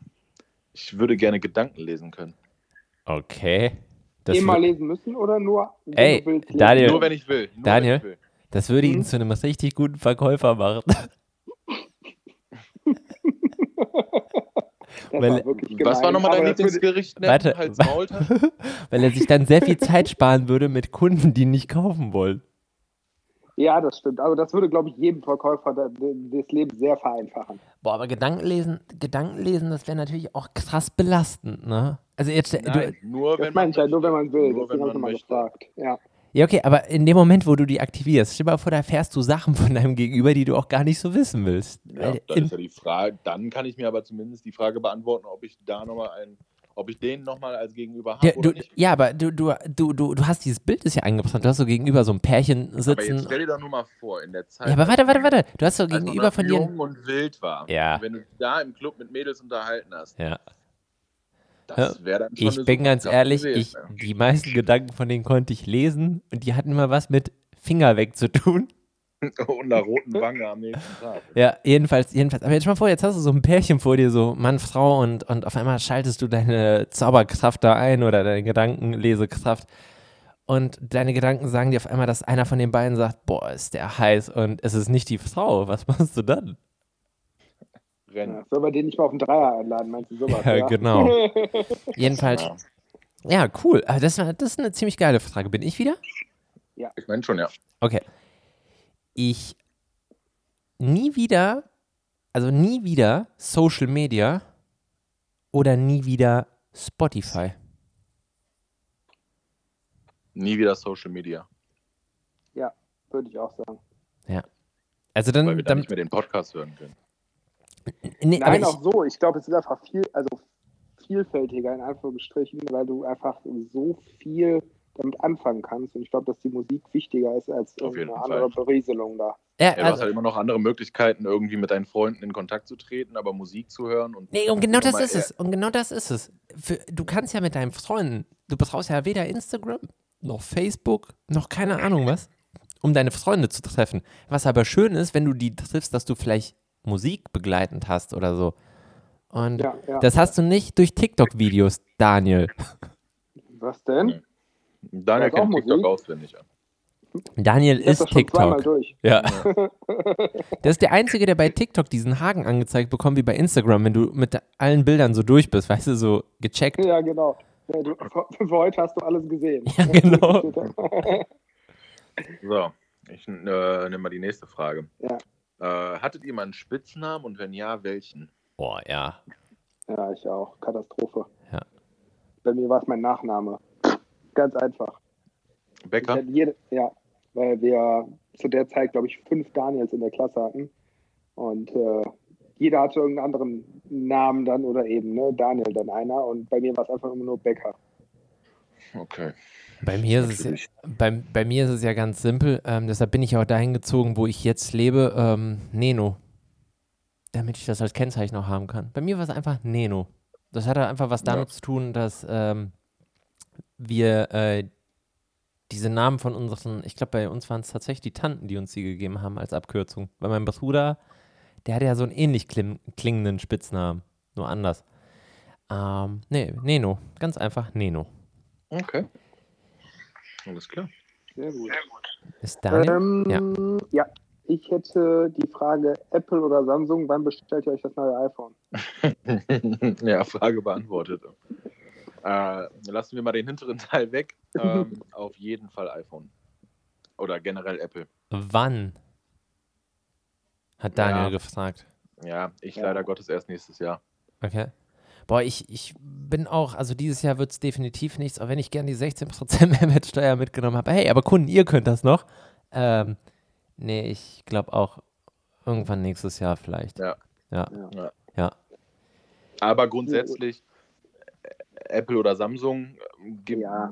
Speaker 3: ich würde gerne Gedanken lesen können.
Speaker 1: Okay. Das,
Speaker 2: Immer
Speaker 1: wür-
Speaker 2: lesen müssen oder nur? wenn
Speaker 1: Ey,
Speaker 2: du willst, lesen?
Speaker 1: Daniel.
Speaker 3: Nur wenn ich will. Nur
Speaker 1: Daniel?
Speaker 3: Wenn ich will.
Speaker 1: das würde ihn
Speaker 2: Hm?
Speaker 1: zu einem richtig guten Verkäufer machen.
Speaker 2: Das
Speaker 1: Weil-
Speaker 2: war wirklich gemein.
Speaker 3: Was war nochmal dein
Speaker 2: Genau, Aber das würde-
Speaker 3: Lieblingsgericht? Neppen?
Speaker 1: Warte.
Speaker 3: Hals, Maultasche?
Speaker 1: Weil er sich dann sehr viel Zeit sparen würde mit Kunden, die nicht kaufen wollen.
Speaker 2: Ja, das stimmt. Aber das würde, glaube ich, jedem Verkäufer da- d- das Leben sehr vereinfachen.
Speaker 1: Boah, aber Gedankenlesen, Gedankenlesen, das wäre natürlich auch krass belastend, ne? Also jetzt, du,
Speaker 3: Nein, nur
Speaker 2: Das
Speaker 3: wenn
Speaker 2: meine
Speaker 3: man.
Speaker 2: ich ja nur, wenn man will.
Speaker 3: Nur
Speaker 2: Deswegen
Speaker 3: wenn
Speaker 2: habe ich
Speaker 3: man
Speaker 2: mal
Speaker 3: möchte.
Speaker 2: gefragt. Ja.
Speaker 1: ja okay, aber in dem Moment, wo du die aktivierst, stell dir mal vor, da erfährst du Sachen von deinem Gegenüber, die du auch gar nicht so wissen willst.
Speaker 3: Ja,
Speaker 1: Weil
Speaker 3: dann
Speaker 1: Äh, in-
Speaker 3: ist ja die Frage, dann kann ich mir aber zumindest die Frage beantworten, ob ich da nochmal einen, ob ich den nochmal als Gegenüber habe
Speaker 1: ja,
Speaker 3: oder
Speaker 1: du,
Speaker 3: nicht.
Speaker 1: ja, aber du, du, du, du, du hast dieses Bild ist ja eingebrannt. Du hast so gegenüber so ein Pärchen
Speaker 3: Aber jetzt
Speaker 1: sitzen.
Speaker 3: stell dir doch nur mal vor, in der Zeit.
Speaker 1: Ja, aber warte, warte, warte. Du hast so
Speaker 3: als man
Speaker 1: gegenüber
Speaker 3: noch
Speaker 1: von dir.
Speaker 3: jung und wild war.
Speaker 1: Ja.
Speaker 3: Wenn du dich da im Club mit Mädels unterhalten hast,
Speaker 1: Ja.
Speaker 3: das wäre dann schon
Speaker 1: Ich
Speaker 3: eine
Speaker 1: bin ganz
Speaker 3: Superkraft
Speaker 1: ehrlich, ich,
Speaker 3: gewesen.
Speaker 1: die meisten Gedanken von denen konnte ich lesen und die hatten immer was mit Finger weg zu tun.
Speaker 3: Und einer roten Wange am nächsten Tag.
Speaker 1: Ja, jedenfalls, jedenfalls. Aber jetzt mal vor, jetzt hast du so ein Pärchen vor dir, so Mann, Frau, und, und auf einmal schaltest du deine Zauberkraft da ein oder deine Gedankenlesekraft. Und deine Gedanken sagen dir auf einmal, dass einer von den beiden sagt, boah, ist der heiß und es ist nicht die Frau. Was machst du dann?
Speaker 3: Rennen. Genau.
Speaker 2: Ja, soll man den nicht mal auf den Dreier einladen, meinst du sowas?
Speaker 1: Ja,
Speaker 2: ja?
Speaker 1: genau. Jedenfalls.
Speaker 3: Ja.
Speaker 1: Ja, cool. Aber das, war- das ist eine ziemlich geile Frage. Bin ich wieder?
Speaker 3: Ich meine schon, ja.
Speaker 1: Okay. Ich nie wieder, also nie wieder Social Media oder nie wieder Spotify.
Speaker 3: Nie wieder Social Media,
Speaker 2: Würde ich auch sagen.
Speaker 1: Also
Speaker 3: weil
Speaker 1: dann,
Speaker 3: wir dann
Speaker 1: dann
Speaker 3: nicht genau. mehr den Podcast hören können.
Speaker 1: nee, aber
Speaker 2: Nein,
Speaker 1: ich,
Speaker 2: auch so. Ich glaube, es ist einfach viel, also vielfältiger in Anführungsstrichen, weil du einfach so viel damit anfangen kannst. Und ich glaube, dass die Musik wichtiger ist als
Speaker 3: Auf jeden
Speaker 2: irgendeine andere Berieselung da.
Speaker 1: ja,
Speaker 3: Ja, du hast
Speaker 1: also,
Speaker 3: halt immer noch andere Möglichkeiten, irgendwie mit deinen Freunden in Kontakt zu treten, aber Musik zu hören und.
Speaker 1: nee, und genau das
Speaker 3: Nochmal,
Speaker 1: ist es. Und genau das ist es. Für, du kannst ja mit deinen Freunden, du brauchst ja weder Instagram noch Facebook noch keine Ahnung was, um deine Freunde zu treffen. Was aber schön ist, wenn du die triffst, dass du vielleicht Musik begleitend hast oder so. Und
Speaker 2: Ja, ja.
Speaker 1: Das hast du nicht durch TikTok-Videos, Daniel.
Speaker 2: Was denn?
Speaker 3: Nee. Daniel
Speaker 2: Das ist auch
Speaker 3: kennt TikTok
Speaker 2: Musik.
Speaker 3: auswendig an.
Speaker 1: Daniel
Speaker 2: Ich hab
Speaker 1: ist
Speaker 2: das schon zweimal
Speaker 1: TikTok.
Speaker 2: durch.
Speaker 1: Ja. Das ist der Einzige, der bei TikTok diesen Haken angezeigt bekommt, wie bei Instagram, wenn du mit allen Bildern so durch bist, weißt du, so gecheckt.
Speaker 2: Ja, genau. Ja, du, für, für heute hast du alles gesehen.
Speaker 1: Ja, genau.
Speaker 3: So, ich äh, nehme mal die nächste Frage.
Speaker 2: Ja.
Speaker 3: Äh, hattet ihr mal einen Spitznamen und wenn ja, welchen?
Speaker 1: Boah, ja.
Speaker 2: Ja, ich auch. Katastrophe.
Speaker 1: Ja.
Speaker 2: Bei mir war es mein Nachname. Ganz einfach. Ich
Speaker 3: Becker?
Speaker 2: hätte jede, ja, weil wir zu der Zeit, glaube ich, fünf Daniels in der Klasse hatten. Und äh, jeder hatte irgendeinen anderen Namen dann oder eben, ne? Daniel dann einer. Und bei mir war es einfach immer nur Becker.
Speaker 3: Okay.
Speaker 1: Bei mir ist es ja,
Speaker 3: Natürlich.
Speaker 1: bei, bei mir ist es ja ganz simpel. Ähm, deshalb bin ich auch dahin gezogen, wo ich jetzt lebe. Ähm, Neno. Damit ich das als Kennzeichen auch haben kann. Bei mir war es einfach Neno. Das hatte einfach was damit zu tun, dass ähm, wir äh, diese Namen von unseren, ich glaube, bei uns waren es tatsächlich die Tanten, die uns die gegeben haben als Abkürzung. Weil mein Bruder, der hatte ja so einen ähnlich kling klingenden Spitznamen. Nur anders. Ähm, nee, Neno. Ganz einfach Neno.
Speaker 3: Okay. Alles klar.
Speaker 2: Sehr gut.
Speaker 1: Ist Daniel?
Speaker 2: Ähm, ja. ich hätte die Frage: Apple oder Samsung, wann bestellt ihr euch das neue iPhone?
Speaker 3: ja, Frage beantwortet. Äh, lassen wir mal den hinteren Teil weg. Ähm, auf jeden Fall iPhone. Oder generell Apple.
Speaker 1: Wann? Hat Daniel
Speaker 3: Ja.
Speaker 1: gefragt.
Speaker 3: Ja, ich
Speaker 2: Ja.
Speaker 3: leider Gottes erst nächstes Jahr.
Speaker 1: Okay. Boah, ich, ich bin auch, also dieses Jahr wird es definitiv nichts, auch wenn ich gern die 16% Mehrwertsteuer mitgenommen habe. Hey, aber Kunden, ihr könnt das noch. Ähm, nee, ich glaube auch irgendwann nächstes Jahr vielleicht.
Speaker 3: Ja.
Speaker 1: Ja.
Speaker 3: Ja.
Speaker 1: Ja.
Speaker 3: Aber grundsätzlich äh, Apple oder Samsung äh, gibt,
Speaker 2: Ja.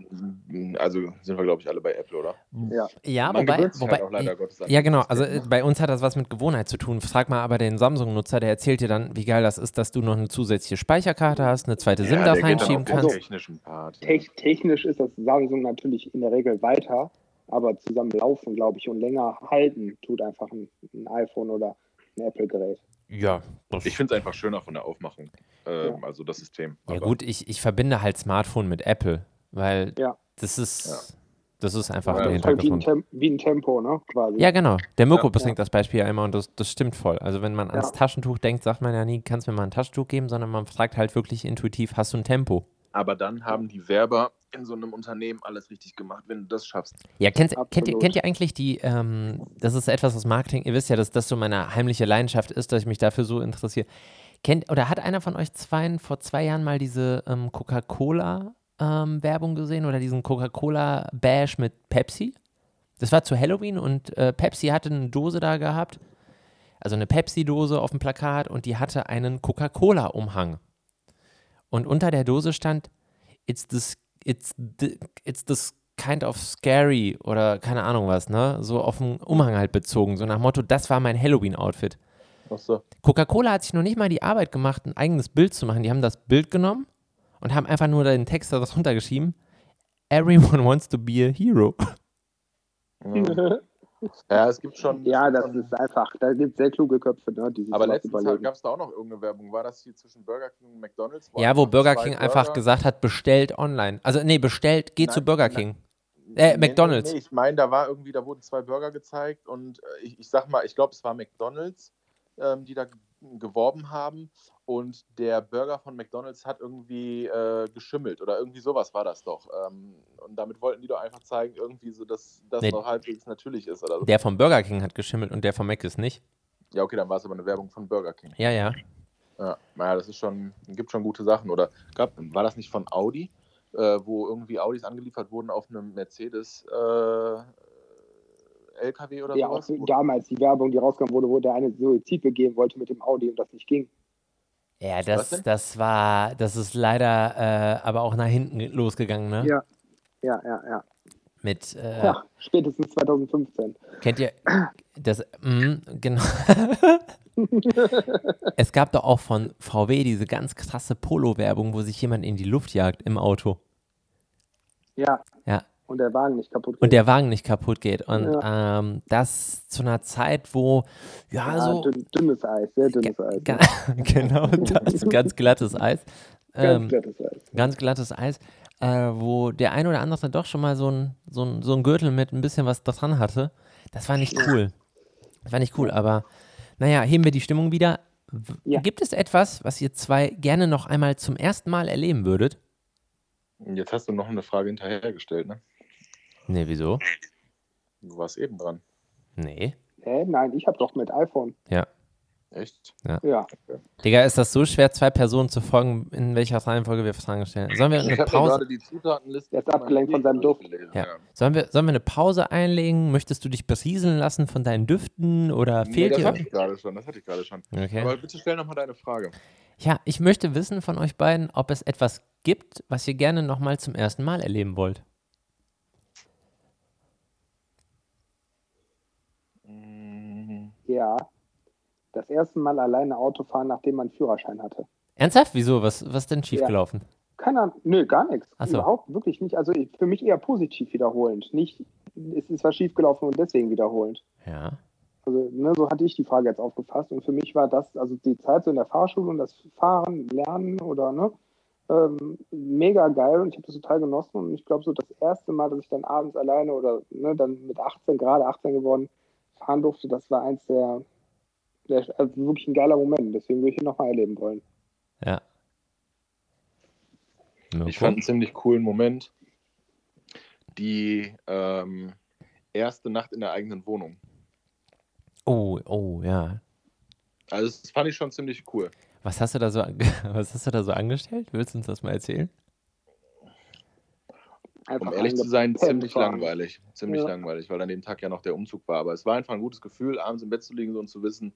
Speaker 3: also sind wir glaube ich alle bei Apple, oder?
Speaker 2: Ja.
Speaker 1: Ja,
Speaker 3: Man
Speaker 1: wobei,
Speaker 3: gewöhnt sich
Speaker 1: wobei
Speaker 3: halt auch leider Gottes an
Speaker 1: Ja,
Speaker 3: die
Speaker 1: genau. Also
Speaker 3: Funktionen.
Speaker 1: äh, bei uns hat das was mit Gewohnheit zu tun. Frag mal aber den Samsung-Nutzer, der erzählt dir dann, wie geil das ist, dass du noch eine zusätzliche Speicherkarte hast, eine zweite SIM
Speaker 3: Ja,
Speaker 1: da
Speaker 3: der geht dann
Speaker 1: reinschieben
Speaker 3: auf den
Speaker 1: kannst.
Speaker 3: technischen Part. ja.
Speaker 2: Tech- technisch ist das Samsung natürlich in der Regel weiter, aber zusammen laufen, glaube ich, und länger halten tut einfach ein, ein iPhone oder ein Apple-Gerät.
Speaker 1: Ja, das
Speaker 3: Ich finde es einfach schöner von der Aufmachung, ähm, also das System.
Speaker 1: Ja
Speaker 3: Aber
Speaker 1: gut, ich, ich verbinde halt Smartphone mit Apple, weil
Speaker 2: Ja.
Speaker 1: das ist
Speaker 3: Ja.
Speaker 1: das ist einfach
Speaker 3: Ja,
Speaker 1: der
Speaker 2: das ist halt wie, ein
Speaker 1: Hintergrund.
Speaker 2: Tem wie ein Tempo, ne? Quasi.
Speaker 1: Ja, genau. Der Mirko
Speaker 3: Ja.
Speaker 1: bringt das Beispiel einmal und das, das stimmt voll. Also wenn man ans
Speaker 2: Ja.
Speaker 1: Taschentuch denkt, sagt man ja nie, kannst du mir mal ein Taschentuch geben, sondern man fragt halt wirklich intuitiv, hast du ein Tempo?
Speaker 3: Aber dann haben die Werber in so einem Unternehmen alles richtig gemacht, wenn du das schaffst.
Speaker 1: Ja, kennt, kennt, ihr,
Speaker 2: Absolut.
Speaker 1: kennt ihr eigentlich die, ähm, das ist etwas aus Marketing, ihr wisst ja, dass das so meine heimliche Leidenschaft ist, dass ich mich dafür so interessiere. Kennt, oder hat einer von euch zweien vor zwei Jahren mal diese ähm, Coca-Cola-Werbung gesehen oder diesen Coca-Cola-Bash mit Pepsi? Das war zu Halloween und äh, Pepsi hatte eine Dose da gehabt, also eine Pepsi-Dose auf dem Plakat und die hatte einen Coca-Cola-Umhang. Und unter der Dose stand, it's this, it's the, it's this kind of scary oder keine Ahnung was, ne? So auf den Umhang halt bezogen, so nach Motto, das war mein Halloween-Outfit.
Speaker 3: Achso.
Speaker 1: Coca-Cola hat sich noch nicht mal die Arbeit gemacht, ein eigenes Bild zu machen. Die haben das Bild genommen und haben einfach nur den Text da runtergeschrieben. Everyone wants to be a hero.
Speaker 3: Ja. Ja, es gibt schon.
Speaker 2: Ja, das ist einfach. Da gibt es sehr kluge Köpfe, ne, die sich
Speaker 3: Aber
Speaker 2: sowas
Speaker 3: letztens gab es da auch noch irgendeine Werbung. War das hier zwischen Burger King und McDonalds?
Speaker 1: Ja, wo
Speaker 3: einfach
Speaker 1: Burger
Speaker 3: zwei
Speaker 1: King einfach
Speaker 3: Burger-
Speaker 1: gesagt hat, bestellt online. Also, nee, bestellt, geh zu
Speaker 3: Nein,
Speaker 1: Burger
Speaker 3: nein.
Speaker 1: King. Äh, McDonald's.
Speaker 3: ich meine, da war irgendwie, da wurden zwei Burger gezeigt und äh, ich, ich sag mal, ich glaube, es war McDonald's, ähm, die da g- geworben haben und der Burger von McDonald's hat irgendwie äh, geschimmelt oder irgendwie sowas war das doch. Ähm, und damit wollten die doch einfach zeigen, irgendwie so, dass das
Speaker 1: Nee.
Speaker 3: noch halbwegs natürlich ist oder so.
Speaker 1: Der vom Burger King hat geschimmelt und der vom Mac ist nicht.
Speaker 3: Ja, okay, dann war es aber eine Werbung von Burger King.
Speaker 1: Ja, ja.
Speaker 3: Ja, naja, das ist schon, gibt schon gute Sachen. Oder gab, war das nicht von Audi, äh, wo irgendwie Audis angeliefert wurden auf einem Mercedes äh, LKW oder
Speaker 2: Ja, auch
Speaker 3: sowas?
Speaker 2: damals die Werbung, die rauskam, wurde, wo der eine Suizid begehen wollte mit dem Audi und das nicht ging.
Speaker 1: Ja,
Speaker 3: Was
Speaker 1: das,
Speaker 3: denn?
Speaker 1: das war, das ist leider äh, aber auch nach hinten losgegangen, ne?
Speaker 2: Ja. Ja, ja, ja.
Speaker 1: Mit, äh,
Speaker 2: ja. Spätestens 2015.
Speaker 1: kennt ihr, das, mm, genau. es gab doch auch von VW diese ganz krasse Polo-Werbung, wo sich jemand in die Luft jagt im Auto.
Speaker 2: Ja.
Speaker 1: Ja.
Speaker 2: Und der Wagen nicht kaputt
Speaker 1: Und der Wagen nicht kaputt geht. Und ähm, das zu einer Zeit, wo, ja,
Speaker 2: Ja,
Speaker 1: so,
Speaker 2: Ah, dünn, dünnes Eis, sehr dünnes Eis.
Speaker 1: ga,
Speaker 2: ne?
Speaker 1: genau, das ganz glattes Eis.
Speaker 2: Ganz
Speaker 1: Ähm,
Speaker 2: glattes Eis.
Speaker 1: ganz glattes Eis, äh, wo der ein oder andere doch schon mal so ein, so, ein, so ein Gürtel mit ein bisschen was dran hatte. Das war nicht cool. Das war nicht cool, aber naja, heben wir die Stimmung wieder. W-
Speaker 2: Ja.
Speaker 1: Gibt es etwas, was ihr zwei gerne noch einmal zum ersten Mal erleben würdet?
Speaker 3: Jetzt hast du noch eine Frage hinterhergestellt, ne?
Speaker 1: Nee, wieso?
Speaker 3: Du warst eben dran.
Speaker 1: Nee.
Speaker 2: Hä? Nein, ich habe doch mit iPhone.
Speaker 3: Echt?
Speaker 2: Ja.
Speaker 1: Digga, ist das so schwer, zwei Personen zu folgen, in welcher Reihenfolge wir Fragen stellen? Sollen wir
Speaker 3: Ich
Speaker 1: eine
Speaker 3: habe gerade
Speaker 1: Pause,
Speaker 3: die Zutatenliste.
Speaker 2: Der ist abgelenkt von seinem Duft.
Speaker 3: durchgelesen,
Speaker 1: Ja.
Speaker 3: ja.
Speaker 1: sollen wir, sollen wir eine Pause einlegen? Möchtest du dich berieseln lassen von deinen Düften oder
Speaker 3: Nee,
Speaker 1: fehlt
Speaker 3: das
Speaker 1: dir?
Speaker 3: hatte ich gerade schon, das hatte ich gerade schon.
Speaker 1: Okay.
Speaker 3: Aber bitte stell nochmal deine Frage.
Speaker 1: Ja, ich möchte wissen von euch beiden, ob es etwas gibt, was ihr gerne nochmal zum ersten Mal erleben wollt. Mhm.
Speaker 2: Ja. Das erste Mal alleine Auto fahren, nachdem man einen Führerschein hatte.
Speaker 1: Ernsthaft? Wieso? Was, was ist denn schiefgelaufen?
Speaker 2: Keine Ahnung, nö, gar nichts.
Speaker 1: Ach so.
Speaker 2: Überhaupt wirklich nicht. Also ich- für mich eher positiv wiederholend. Nicht, es ist was schiefgelaufen und deswegen wiederholend.
Speaker 1: Ja.
Speaker 2: Also, ne, so hatte ich die Frage jetzt aufgefasst. Und für mich war das, also die Zeit so in der Fahrschule und das Fahren, Lernen oder, ne, ähm, mega geil und ich habe das total genossen. Und ich glaube, so das erste Mal, dass ich dann abends alleine oder, ne, dann mit 18, gerade 18 geworden, fahren durfte, das war eins der, der also wirklich ein geiler Moment. Deswegen würde ich ihn nochmal erleben wollen.
Speaker 1: Ja.
Speaker 3: Ich fand einen ziemlich coolen Moment. Die ähm, erste Nacht in der eigenen Wohnung.
Speaker 1: oh, oh, ja.
Speaker 3: Also, das fand ich schon ziemlich cool.
Speaker 1: Was hast du da so, an- was hast du da so angestellt? Willst du uns das mal erzählen?
Speaker 2: Einfach
Speaker 3: Um ehrlich zu sein,
Speaker 2: eingepennt
Speaker 3: ziemlich
Speaker 2: fahren.
Speaker 3: langweilig. Ziemlich
Speaker 2: Ja.
Speaker 3: langweilig, weil an dem Tag ja noch der Umzug war. Aber es war einfach ein gutes Gefühl, abends im Bett zu liegen so und zu wissen,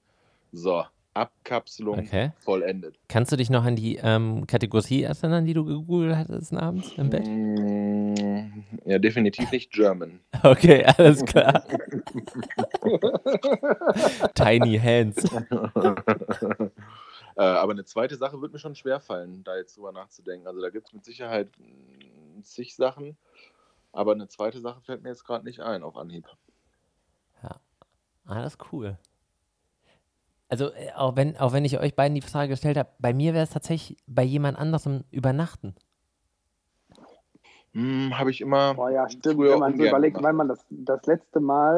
Speaker 3: so, Abkapselung
Speaker 1: Okay.
Speaker 3: vollendet.
Speaker 1: Kannst du dich noch an die ähm, Kategorie erinnern, die du gegoogelt hattest abends im Bett?
Speaker 3: Mm, Ja, definitiv nicht German.
Speaker 1: Okay, alles klar. Tiny Hands.
Speaker 3: äh, aber eine zweite Sache wird mir schon schwerfallen, da jetzt drüber nachzudenken. Also da gibt es mit Sicherheit mm, zig Sachen, aber eine zweite Sache fällt mir jetzt gerade nicht ein auf Anhieb.
Speaker 1: Ah, das ist cool. Also, äh, auch wenn, auch wenn ich euch beiden die Frage gestellt habe, bei mir wäre es tatsächlich bei jemand anderem übernachten.
Speaker 3: Hm, Habe ich immer
Speaker 2: Boah, ja, stimmt.
Speaker 3: früher
Speaker 2: Wenn man so
Speaker 3: ungern
Speaker 2: überlegt,
Speaker 3: gemacht.
Speaker 2: wann man das, das letzte Mal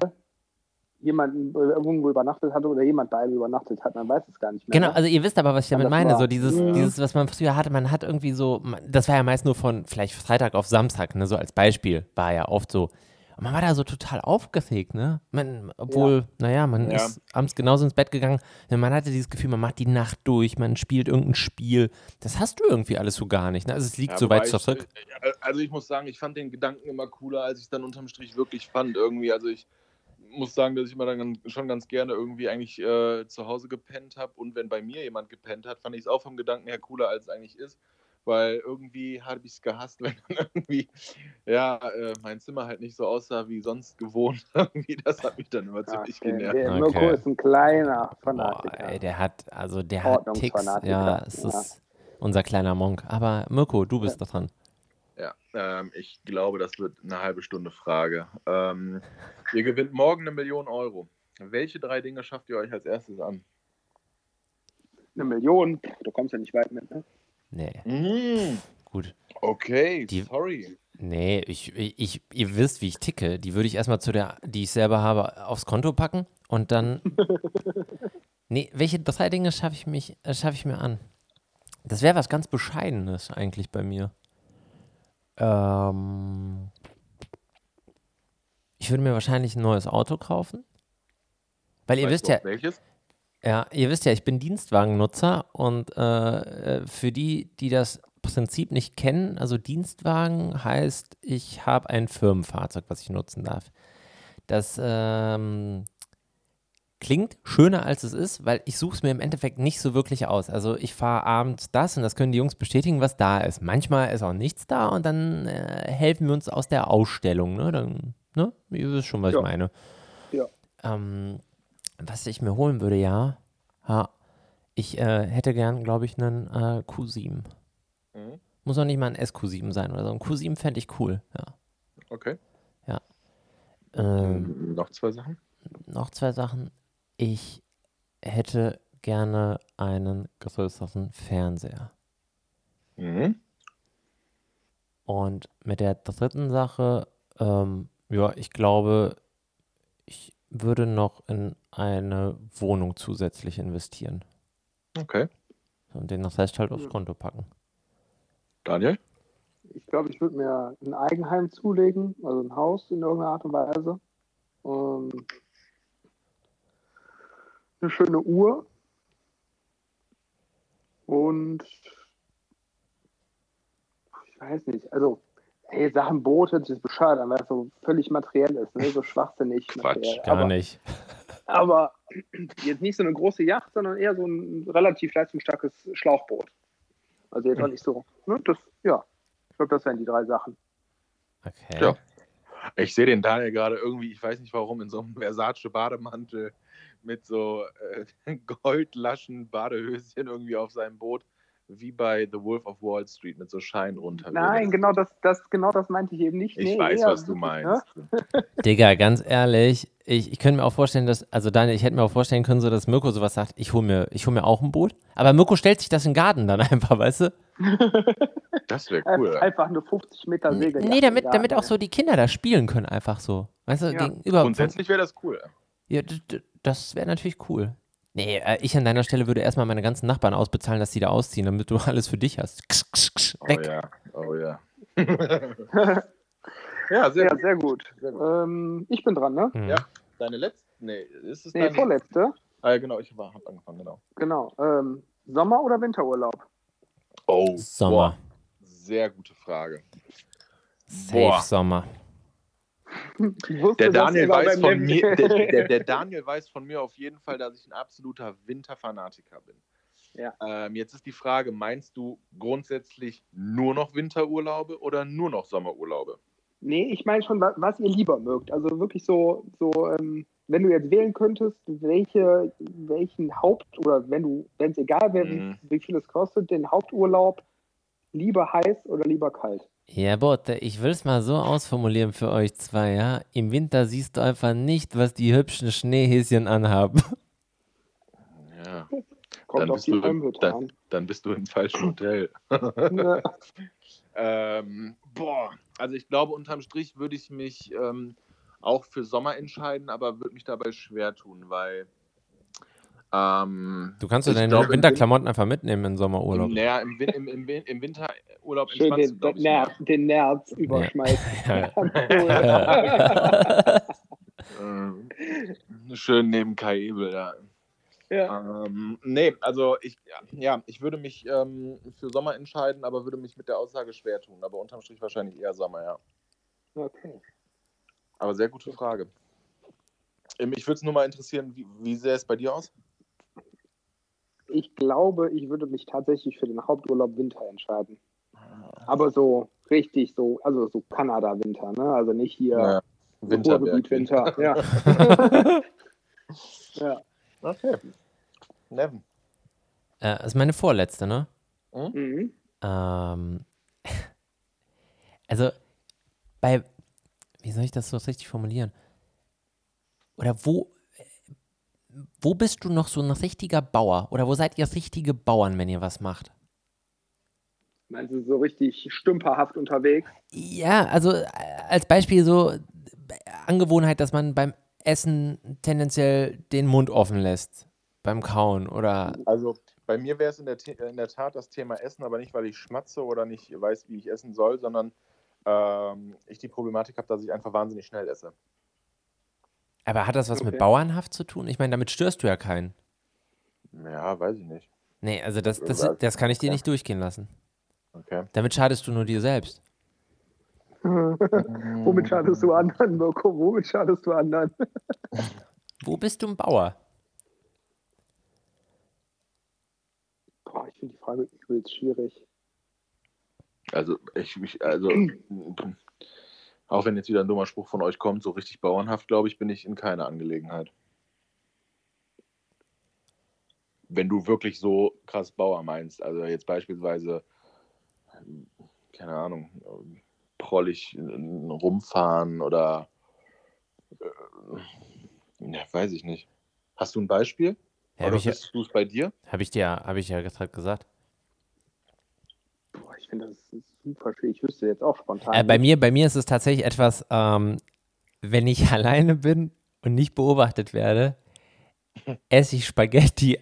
Speaker 2: jemanden irgendwo übernachtet hatte oder jemand bei einem übernachtet hat, man weiß es gar nicht mehr.
Speaker 1: Genau,
Speaker 2: ne?
Speaker 1: also ihr wisst aber, was ich damit
Speaker 2: das
Speaker 1: meine.
Speaker 2: war-
Speaker 1: So dieses,
Speaker 2: Ja.
Speaker 1: dieses, was man früher hatte, man hat irgendwie so, man- das war ja meist nur von vielleicht Freitag auf Samstag, ne, so als Beispiel, war ja oft so. Und man war da so total aufgeregt, ne? Man, obwohl, naja, man
Speaker 3: Ja.
Speaker 1: ist abends genauso ins Bett gegangen. ne, Man hatte dieses Gefühl, man macht die Nacht durch, man spielt irgendein Spiel. Das hast du irgendwie alles so gar nicht, ne? Also es liegt
Speaker 3: Ja,
Speaker 1: so
Speaker 3: wobei
Speaker 1: weit
Speaker 3: ich-
Speaker 1: zurück.
Speaker 3: äh, Also ich muss sagen, ich fand den Gedanken immer cooler, als ich es dann unterm Strich wirklich fand. Irgendwie, also ich muss sagen, dass ich immer dann gan- schon ganz gerne irgendwie eigentlich äh, zu Hause gepennt habe. Und wenn bei mir jemand gepennt hat, fand ich es auch vom Gedanken her cooler, als es eigentlich ist. Weil irgendwie habe ich es gehasst, wenn dann irgendwie, ja, äh, mein Zimmer halt nicht so aussah wie sonst gewohnt. Irgendwie, das hat mich dann immer
Speaker 2: Ja,
Speaker 3: ziemlich
Speaker 2: der,
Speaker 3: genervt.
Speaker 2: der
Speaker 1: Okay.
Speaker 2: Mirko ist ein kleiner
Speaker 1: Boah,
Speaker 2: Fanatiker.
Speaker 1: ey, der hat, also der hat Ticks.
Speaker 2: Ordnungsfanatiker,
Speaker 1: Ja, es
Speaker 2: ja.
Speaker 1: ist unser kleiner Monk. Aber Mirko, du bist da dran.
Speaker 3: Ja, ähm, ich glaube, das wird eine halbe Stunde Frage. Ähm, ihr gewinnt morgen eine Million Euro. Welche drei Dinge schafft ihr euch als erstes an?
Speaker 2: Eine Million, du kommst ja nicht weit mit, ne?
Speaker 1: Nee,
Speaker 3: Mm,
Speaker 1: gut.
Speaker 3: okay,
Speaker 1: Die-
Speaker 3: sorry.
Speaker 1: Nee, ich, ich, ihr wisst, wie ich ticke. Die würde ich erstmal zu der, die ich selber habe, aufs Konto packen und dann. nee, welche drei Dinge schaffe ich, mich- äh, schaff ich mir an? Das wäre was ganz Bescheidenes eigentlich bei mir. Ähm, ich würde mir wahrscheinlich ein neues Auto kaufen. Weil ihr
Speaker 3: Weißt
Speaker 1: wisst
Speaker 3: du
Speaker 1: ja,
Speaker 3: auch Welches?
Speaker 1: ja, ihr wisst ja, ich bin Dienstwagennutzer und äh, äh, für die, die das Prinzip nicht kennen, also Dienstwagen heißt, ich habe ein Firmenfahrzeug, was ich nutzen darf. Das ähm, klingt schöner, als es ist, weil ich suche es mir im Endeffekt nicht so wirklich aus. Also ich fahre abends das und das können die Jungs bestätigen, was da ist. Manchmal ist auch nichts da und dann äh, helfen wir uns aus der Ausstellung. Ne? Dann, ne? Ihr wisst schon, was
Speaker 2: Ja.
Speaker 1: ich meine.
Speaker 2: Ja.
Speaker 1: Ähm, was ich mir holen würde, ja. Ha. Ich äh, hätte gern, glaube ich, einen äh, Q7.
Speaker 3: Mhm,
Speaker 1: Muss auch nicht mal ein SQ7 sein oder so. Ein Q7 fände ich cool, ja.
Speaker 3: Okay.
Speaker 1: Ähm,
Speaker 3: Noch zwei Sachen?
Speaker 1: noch zwei Sachen. Ich hätte gerne einen größeren Fernseher.
Speaker 3: Mhm.
Speaker 1: Und mit der dritten Sache, ähm, ja, ich glaube, ich würde noch in eine Wohnung zusätzlich investieren.
Speaker 3: Okay.
Speaker 1: Und den das heißt halt aufs
Speaker 2: Ja.
Speaker 1: Konto packen.
Speaker 3: Daniel?
Speaker 2: Ich glaube, ich würde mir ein Eigenheim zulegen, also ein Haus in irgendeiner Art und Weise. Ähm, eine schöne Uhr. Und ich weiß nicht, also hey, Sachen Boot hört sich bescheuert an, weil es so völlig materiell ist, ne? so schwachsinnig.
Speaker 3: Quatsch,
Speaker 2: materiell.
Speaker 1: Gar
Speaker 2: aber,
Speaker 1: nicht.
Speaker 2: aber jetzt nicht so eine große Yacht, sondern eher so ein relativ leistungsstarkes Schlauchboot. Also jetzt auch nicht so. Ne? Das, ja, ich glaube, das wären die drei Sachen.
Speaker 1: Okay.
Speaker 3: Ja. Ich sehe den Daniel gerade irgendwie, ich weiß nicht warum, in so einem Versace-Bademantel mit so äh, Goldlaschen, Badehöschen irgendwie auf seinem Boot, wie bei The Wolf of Wall Street mit so Schein runter.
Speaker 2: Nein, genau das, das, genau das meinte ich eben nicht.
Speaker 3: Also Ich
Speaker 2: Nee,
Speaker 3: weiß,
Speaker 2: eher
Speaker 3: was du
Speaker 2: wirklich, ne,
Speaker 3: meinst.
Speaker 1: Digga, ganz ehrlich, ich, ich könnte mir auch vorstellen, dass, also Daniel, ich hätte mir auch vorstellen können, so dass Mirko sowas sagt, ich hole mir, ich hol mir auch ein Boot. Aber Mirko stellt sich das in den Garten dann einfach, weißt du?
Speaker 3: Das wäre
Speaker 2: Ne?
Speaker 3: cool.
Speaker 2: Einfach eine 50 Meter
Speaker 1: Nee,
Speaker 2: Segel.
Speaker 1: nee, damit, damit auch so die Kinder da spielen können, einfach so. Weißt du,
Speaker 2: Ja.
Speaker 1: gegenüber.
Speaker 3: Grundsätzlich wäre das cool.
Speaker 1: Ja, d- d- das wäre natürlich cool. Nee, äh, ich an deiner Stelle würde erstmal meine ganzen Nachbarn ausbezahlen, dass die da ausziehen, damit du alles für dich hast. Ksch, ksch, ksch,
Speaker 3: Oh
Speaker 1: weg.
Speaker 3: ja, oh ja. ja, sehr
Speaker 2: Ja,
Speaker 3: gut.
Speaker 2: sehr gut.
Speaker 3: Sehr gut.
Speaker 2: Ähm, ich bin dran, ne?
Speaker 1: Mhm.
Speaker 3: Ja. Deine letzte? Nee, ist es
Speaker 2: Nee,
Speaker 3: deine?
Speaker 2: vorletzte.
Speaker 3: Ah, ja, genau, ich habe angefangen, genau.
Speaker 2: Genau. Ähm, Sommer- oder Winterurlaub?
Speaker 3: Oh,
Speaker 1: Sommer.
Speaker 3: Boah, sehr gute Frage.
Speaker 1: Safe
Speaker 3: Boah.
Speaker 1: Sommer.
Speaker 2: Ich wusste,
Speaker 3: Der
Speaker 2: dass
Speaker 3: Daniel,
Speaker 2: ihr da
Speaker 3: weiß
Speaker 2: beim
Speaker 3: von
Speaker 2: Leben-
Speaker 3: mir, der, der, der Daniel weiß von mir auf jeden Fall, dass ich ein absoluter Winterfanatiker bin.
Speaker 2: Ja.
Speaker 3: Ähm, jetzt ist die Frage, meinst du grundsätzlich nur noch Winterurlaube oder nur noch Sommerurlaube?
Speaker 2: Nee, ich meine schon, wa- was ihr lieber mögt. Also wirklich so, so ähm, wenn du jetzt wählen könntest, welche, welchen Haupt- oder wenn du, wenn es egal wäre,
Speaker 3: Mhm.
Speaker 2: wie, wie viel es kostet, den Haupturlaub lieber heiß oder lieber kalt.
Speaker 1: Ja, Bote, ich will es mal so ausformulieren für euch zwei, ja. Im Winter siehst du einfach nicht, was die hübschen Schneehäschen anhaben.
Speaker 3: Ja,
Speaker 2: Kommt
Speaker 3: Dann
Speaker 2: auf
Speaker 3: bist
Speaker 2: die
Speaker 3: du-
Speaker 2: Almhütte
Speaker 3: dann-
Speaker 2: an.
Speaker 3: dann bist du im falschen Hotel.
Speaker 2: Ja,
Speaker 3: Ähm, boah, also ich glaube, unterm Strich würde ich mich ähm, auch für Sommer entscheiden, aber würde mich dabei schwer tun, weil. Ähm,
Speaker 1: Du kannst ja
Speaker 3: ich
Speaker 1: deine
Speaker 3: glaube, im
Speaker 1: Winterklamotten einfach mitnehmen in
Speaker 3: Win-
Speaker 1: Sommerurlaub.
Speaker 3: Im, naja, im, Win- im, im, Win- im Winterurlaub
Speaker 2: Schön
Speaker 3: entspannst du,
Speaker 2: den,
Speaker 3: glaube
Speaker 2: den,
Speaker 3: ich.
Speaker 2: Nerz, den Nerz überschmeißen.
Speaker 1: Ja. Äh,
Speaker 3: Ähm, schön neben Kai Ebel, ja.
Speaker 2: ja.
Speaker 3: Ähm, nee, also ich, ja, ich würde mich ähm, für Sommer entscheiden, aber würde mich mit der Aussage schwer tun. Aber unterm Strich wahrscheinlich eher Sommer, ja.
Speaker 2: Okay.
Speaker 3: Aber sehr gute Frage. Ähm, Mich würde es nur mal interessieren, wie, wie sähe es bei dir aus?
Speaker 2: Ich glaube, ich würde mich tatsächlich für den Haupturlaub Winter entscheiden.
Speaker 3: Ah.
Speaker 2: Aber so richtig, so, also so Kanada-Winter, ne? Also nicht hier.
Speaker 3: Ja, Winterberg.
Speaker 2: Ruhrgebiet Winter, ja. ja.
Speaker 3: Okay. Neven.
Speaker 1: äh, ist meine vorletzte, ne?
Speaker 2: Mhm.
Speaker 1: Ähm, also bei, wie soll ich das so richtig formulieren? Oder wo, wo bist du noch so ein richtiger Bauer? Oder wo seid ihr richtige Bauern, wenn ihr was macht?
Speaker 2: Meinst du so richtig stümperhaft unterwegs?
Speaker 1: Ja, also äh, als Beispiel so äh, Angewohnheit, dass man beim Essen tendenziell den Mund offen lässt. Beim Kauen oder.
Speaker 3: Also bei mir wäre es in, der The- in der Tat das Thema Essen, aber nicht, weil ich schmatze oder nicht weiß, wie ich essen soll, sondern ähm, ich die Problematik habe, dass ich einfach wahnsinnig schnell esse.
Speaker 1: Aber hat das was mit
Speaker 2: Okay.
Speaker 1: Bauernhaft zu tun? Ich meine, damit störst du ja keinen.
Speaker 3: Ja, weiß ich nicht.
Speaker 1: Nee, also das, das,
Speaker 3: Weiß-
Speaker 1: das kann ich dir
Speaker 3: ja.
Speaker 1: nicht durchgehen lassen.
Speaker 3: Okay.
Speaker 1: Damit schadest du nur dir selbst.
Speaker 3: Mhm.
Speaker 2: Womit schadest du anderen, Mirko? Womit schadest du anderen?
Speaker 1: Wo bist du ein Bauer?
Speaker 2: Boah, ich finde die Frage übelst schwierig.
Speaker 3: Also, ich, ich also, auch wenn jetzt wieder ein dummer Spruch von euch kommt, so richtig bauernhaft, glaube ich, bin ich in keiner Angelegenheit. Wenn du wirklich so krass Bauer meinst, also jetzt beispielsweise, ähm, keine Ahnung, ähm, prollig ähm, rumfahren oder, äh, ja, weiß ich nicht. Hast du ein Beispiel?
Speaker 1: Ja,
Speaker 3: oder
Speaker 1: Habe ich, ja-
Speaker 3: bist du es bei dir?
Speaker 1: hab ich dir hab ich ja gerade gesagt.
Speaker 2: Boah, ich finde das ist super schwierig. Ich wüsste jetzt auch spontan.
Speaker 1: Äh, bei,
Speaker 2: nicht.
Speaker 1: mir, bei mir ist es tatsächlich etwas, ähm, wenn ich alleine bin und nicht beobachtet werde, esse ich Spaghetti,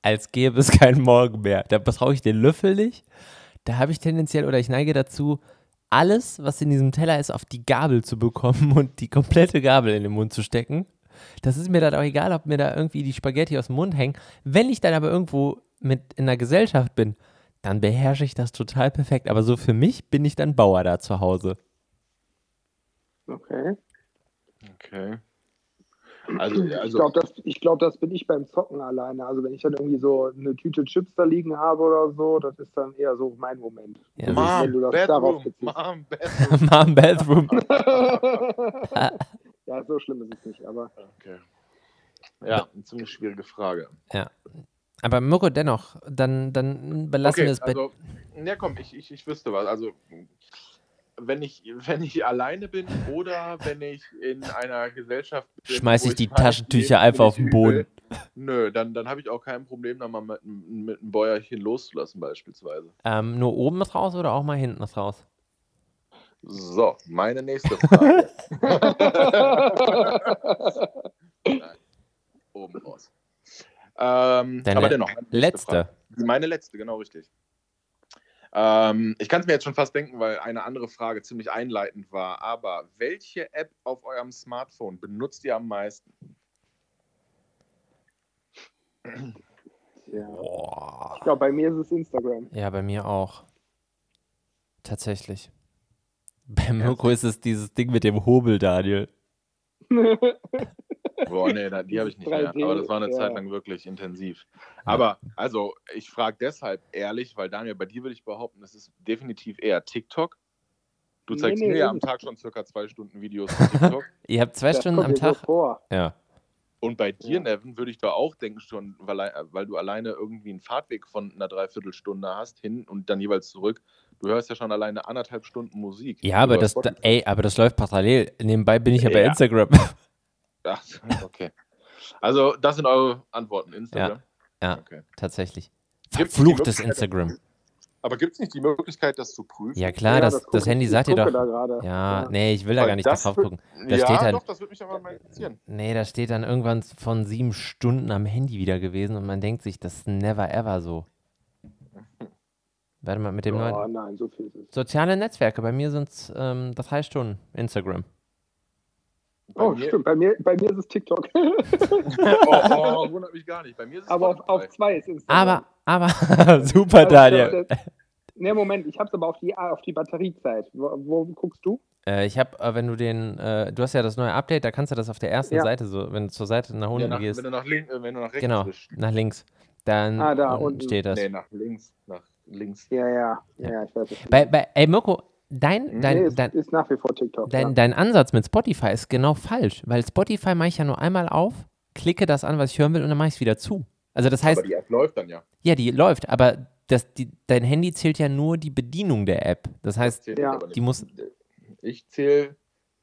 Speaker 1: als gäbe es keinen Morgen mehr. Da brauche ich den Löffel nicht. Da habe ich tendenziell oder ich neige dazu, alles, was in diesem Teller ist, auf die Gabel zu bekommen und die komplette Gabel in den Mund zu stecken. Das ist mir dann auch egal, ob mir da irgendwie die Spaghetti aus dem Mund hängen. Wenn ich dann aber irgendwo mit in der Gesellschaft bin, dann beherrsche ich das total perfekt. Aber so für mich bin ich dann Bauer da zu Hause.
Speaker 2: Okay.
Speaker 3: Okay. Also,
Speaker 2: ich
Speaker 3: also
Speaker 2: glaube, das, ich glaub, das bin ich beim Zocken alleine. Also wenn ich dann irgendwie so eine Tüte Chips da liegen habe oder so, das ist dann eher so mein Moment.
Speaker 1: Ja,
Speaker 2: Mom,
Speaker 1: siehst
Speaker 2: wenn du das darauf beziehst.
Speaker 3: Mom, Bedroom.
Speaker 1: du. Mom Bathroom.
Speaker 2: ja, so schlimm ist es nicht, aber
Speaker 3: Okay. Ja, eine ziemlich schwierige Frage.
Speaker 1: Aber Mirko, dennoch, dann, dann belassen wir
Speaker 3: okay,
Speaker 1: es bei.
Speaker 3: also, ja komm, ich, ich, ich wüsste was. Also, wenn ich, wenn ich alleine bin oder wenn ich in einer Gesellschaft bin,
Speaker 1: Schmeiß
Speaker 3: wo
Speaker 1: ich die
Speaker 3: weiß,
Speaker 1: Taschentücher
Speaker 3: mir
Speaker 1: einfach
Speaker 3: ist
Speaker 1: auf den
Speaker 3: übel,
Speaker 1: Boden.
Speaker 3: Nö, dann, dann habe ich auch kein Problem, da mal mit, mit einem Bäuerchen loszulassen beispielsweise.
Speaker 1: ähm, nur oben ist raus oder auch mal hinten ist raus?
Speaker 3: So, meine nächste Frage. Nein. Oben raus. Ähm,
Speaker 1: Deine
Speaker 3: aber dennoch. meine Frage.
Speaker 1: Letzte.
Speaker 3: Meine letzte, genau richtig. Ähm, ich kann es mir jetzt schon fast denken, weil eine andere Frage ziemlich einleitend war. Aber welche App auf eurem Smartphone benutzt ihr am meisten?
Speaker 2: ja.
Speaker 1: Boah.
Speaker 2: ich glaube, bei mir ist es Instagram.
Speaker 1: Ja, bei mir auch. Tatsächlich. Bei Mirko ist es dieses Ding mit dem Hobel, Daniel.
Speaker 3: Boah, nee, da- die habe ich nicht mehr.
Speaker 2: 3D,
Speaker 3: Aber das war eine
Speaker 2: ja.
Speaker 3: Zeit lang wirklich intensiv. Aber, also, ich frage deshalb ehrlich, weil Daniel, bei dir würde ich behaupten, es ist definitiv eher TikTok. Du
Speaker 2: Nee,
Speaker 3: zeigst
Speaker 2: nee,
Speaker 3: mir ja am
Speaker 2: nee.
Speaker 3: Tag schon circa zwei Stunden Videos von TikTok.
Speaker 1: Ihr habt zwei
Speaker 2: Das
Speaker 1: Stunden
Speaker 2: kommt
Speaker 1: am
Speaker 2: mir so
Speaker 1: Tag.
Speaker 2: vor.
Speaker 1: Ja.
Speaker 3: Und bei dir,
Speaker 2: Ja.
Speaker 3: Nevin, würde ich da auch denken schon, weil, äh, weil du alleine irgendwie einen Fahrtweg von einer Dreiviertelstunde hast, hin und dann jeweils zurück. Du hörst ja schon alleine anderthalb Stunden Musik. Also
Speaker 1: Ja, aber
Speaker 3: Über
Speaker 1: das,
Speaker 3: Spotify.
Speaker 1: ey, aber das läuft parallel. Nebenbei bin ich ja bei
Speaker 3: Ja.
Speaker 1: Instagram.
Speaker 3: Ach, okay. Also, das sind eure Antworten. Instagram.
Speaker 1: Ja, ja.
Speaker 3: Okay.
Speaker 1: Tatsächlich.
Speaker 3: Gibt's die
Speaker 1: Verfluchtes
Speaker 3: Möglichkeit,
Speaker 1: Instagram.
Speaker 3: Aber gibt es nicht die Möglichkeit, das zu prüfen?
Speaker 1: Ja, klar, das, das,
Speaker 2: guck ich-
Speaker 1: Handy
Speaker 2: ich
Speaker 1: sagt dir
Speaker 2: gucke
Speaker 1: doch.
Speaker 2: Da gerade.
Speaker 1: Ja, nee, ich will da
Speaker 3: Weil
Speaker 1: gar nicht
Speaker 3: das
Speaker 1: drauf
Speaker 3: wird-
Speaker 1: gucken. Da steht halt-
Speaker 3: doch, das würde mich aber mal interessieren.
Speaker 1: Nee, da steht dann irgendwann von sieben Stunden am Handy wieder gewesen und man denkt sich, das ist never ever so. Warte mal, mit dem
Speaker 2: Oh
Speaker 1: neuen.
Speaker 2: nein, so viel ist es.
Speaker 1: Soziale Netzwerke, bei mir sind es ähm, drei Stunden Instagram.
Speaker 3: Bei
Speaker 2: Oh,
Speaker 3: mir-
Speaker 2: stimmt, bei mir, bei mir ist es TikTok.
Speaker 3: Oh, oh, wundert mich gar nicht. Bei mir ist es
Speaker 2: aber auf, auf
Speaker 3: Spotify.
Speaker 2: zwei ist Instagram. Also
Speaker 1: Aber, aber, super, Daniel.
Speaker 2: Ne, Moment, ich habe es aber auf die, auf die Batteriezeit. Wo, wo guckst du?
Speaker 1: Äh, ich habe, äh, wenn du den, äh, du hast ja das neue Update, da kannst du das auf der ersten
Speaker 2: Ja.
Speaker 1: Seite, so, wenn du zur Seite nach
Speaker 3: Ja,
Speaker 1: unten
Speaker 3: nach,
Speaker 1: gehst,
Speaker 3: wenn, du nach link, äh, wenn du nach rechts
Speaker 1: genau,
Speaker 3: wischst.
Speaker 1: nach links, dann
Speaker 2: Ah, da
Speaker 1: unten
Speaker 2: unten.
Speaker 1: steht das.
Speaker 3: Nee, nach links. Nach links.
Speaker 2: Ja, ja, ja, ja ich weiß es.
Speaker 1: Bei, bei, ey, Mirko, dein, dein,
Speaker 2: nee, ist,
Speaker 1: dein,
Speaker 2: ist nach wie vor TikTok.
Speaker 1: Dein,
Speaker 2: ja.
Speaker 1: dein Ansatz mit Spotify ist genau falsch, weil Spotify mache ich ja nur einmal auf, klicke das an, was ich hören will, und dann mache ich es wieder zu. Also das heißt,
Speaker 3: aber die App läuft dann ja.
Speaker 1: ja, die läuft, aber das, die, dein Handy zählt ja nur die Bedienung der App. Das heißt,
Speaker 3: Zählt
Speaker 2: Ja.
Speaker 3: aber nicht.
Speaker 1: die muss.
Speaker 3: Ich zähle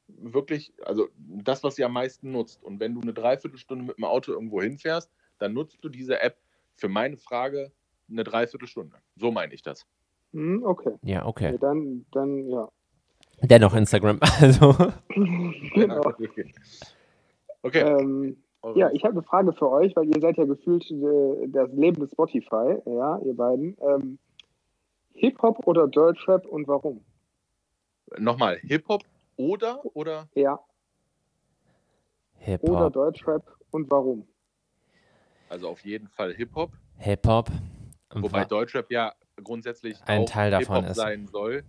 Speaker 3: wirklich, also das, was sie am meisten nutzt. Und wenn du eine Dreiviertelstunde mit dem Auto irgendwo hinfährst, dann nutzt du diese App für meine Frage eine Dreiviertelstunde. So meine ich das.
Speaker 2: Hm, okay.
Speaker 1: Ja, okay.
Speaker 2: Ja, dann, dann, ja.
Speaker 1: Dennoch Instagram. Also.
Speaker 2: genau.
Speaker 3: Okay.
Speaker 2: Ähm, ja, ich habe eine Frage für euch, weil ihr seid ja gefühlt äh, das lebende Spotify, ja, ihr beiden. Ähm, Hip-Hop oder Deutschrap und warum?
Speaker 3: Nochmal, Hip-Hop oder oder
Speaker 2: Ja, oder
Speaker 1: Hip-Hop.
Speaker 2: Deutschrap und warum?
Speaker 3: also auf jeden Fall Hip-Hop,
Speaker 1: Hip-Hop.
Speaker 3: wobei Deutschrap ja grundsätzlich
Speaker 1: Ein
Speaker 3: auch
Speaker 1: Teil davon
Speaker 3: Hip-Hop
Speaker 1: ist.
Speaker 3: sein soll.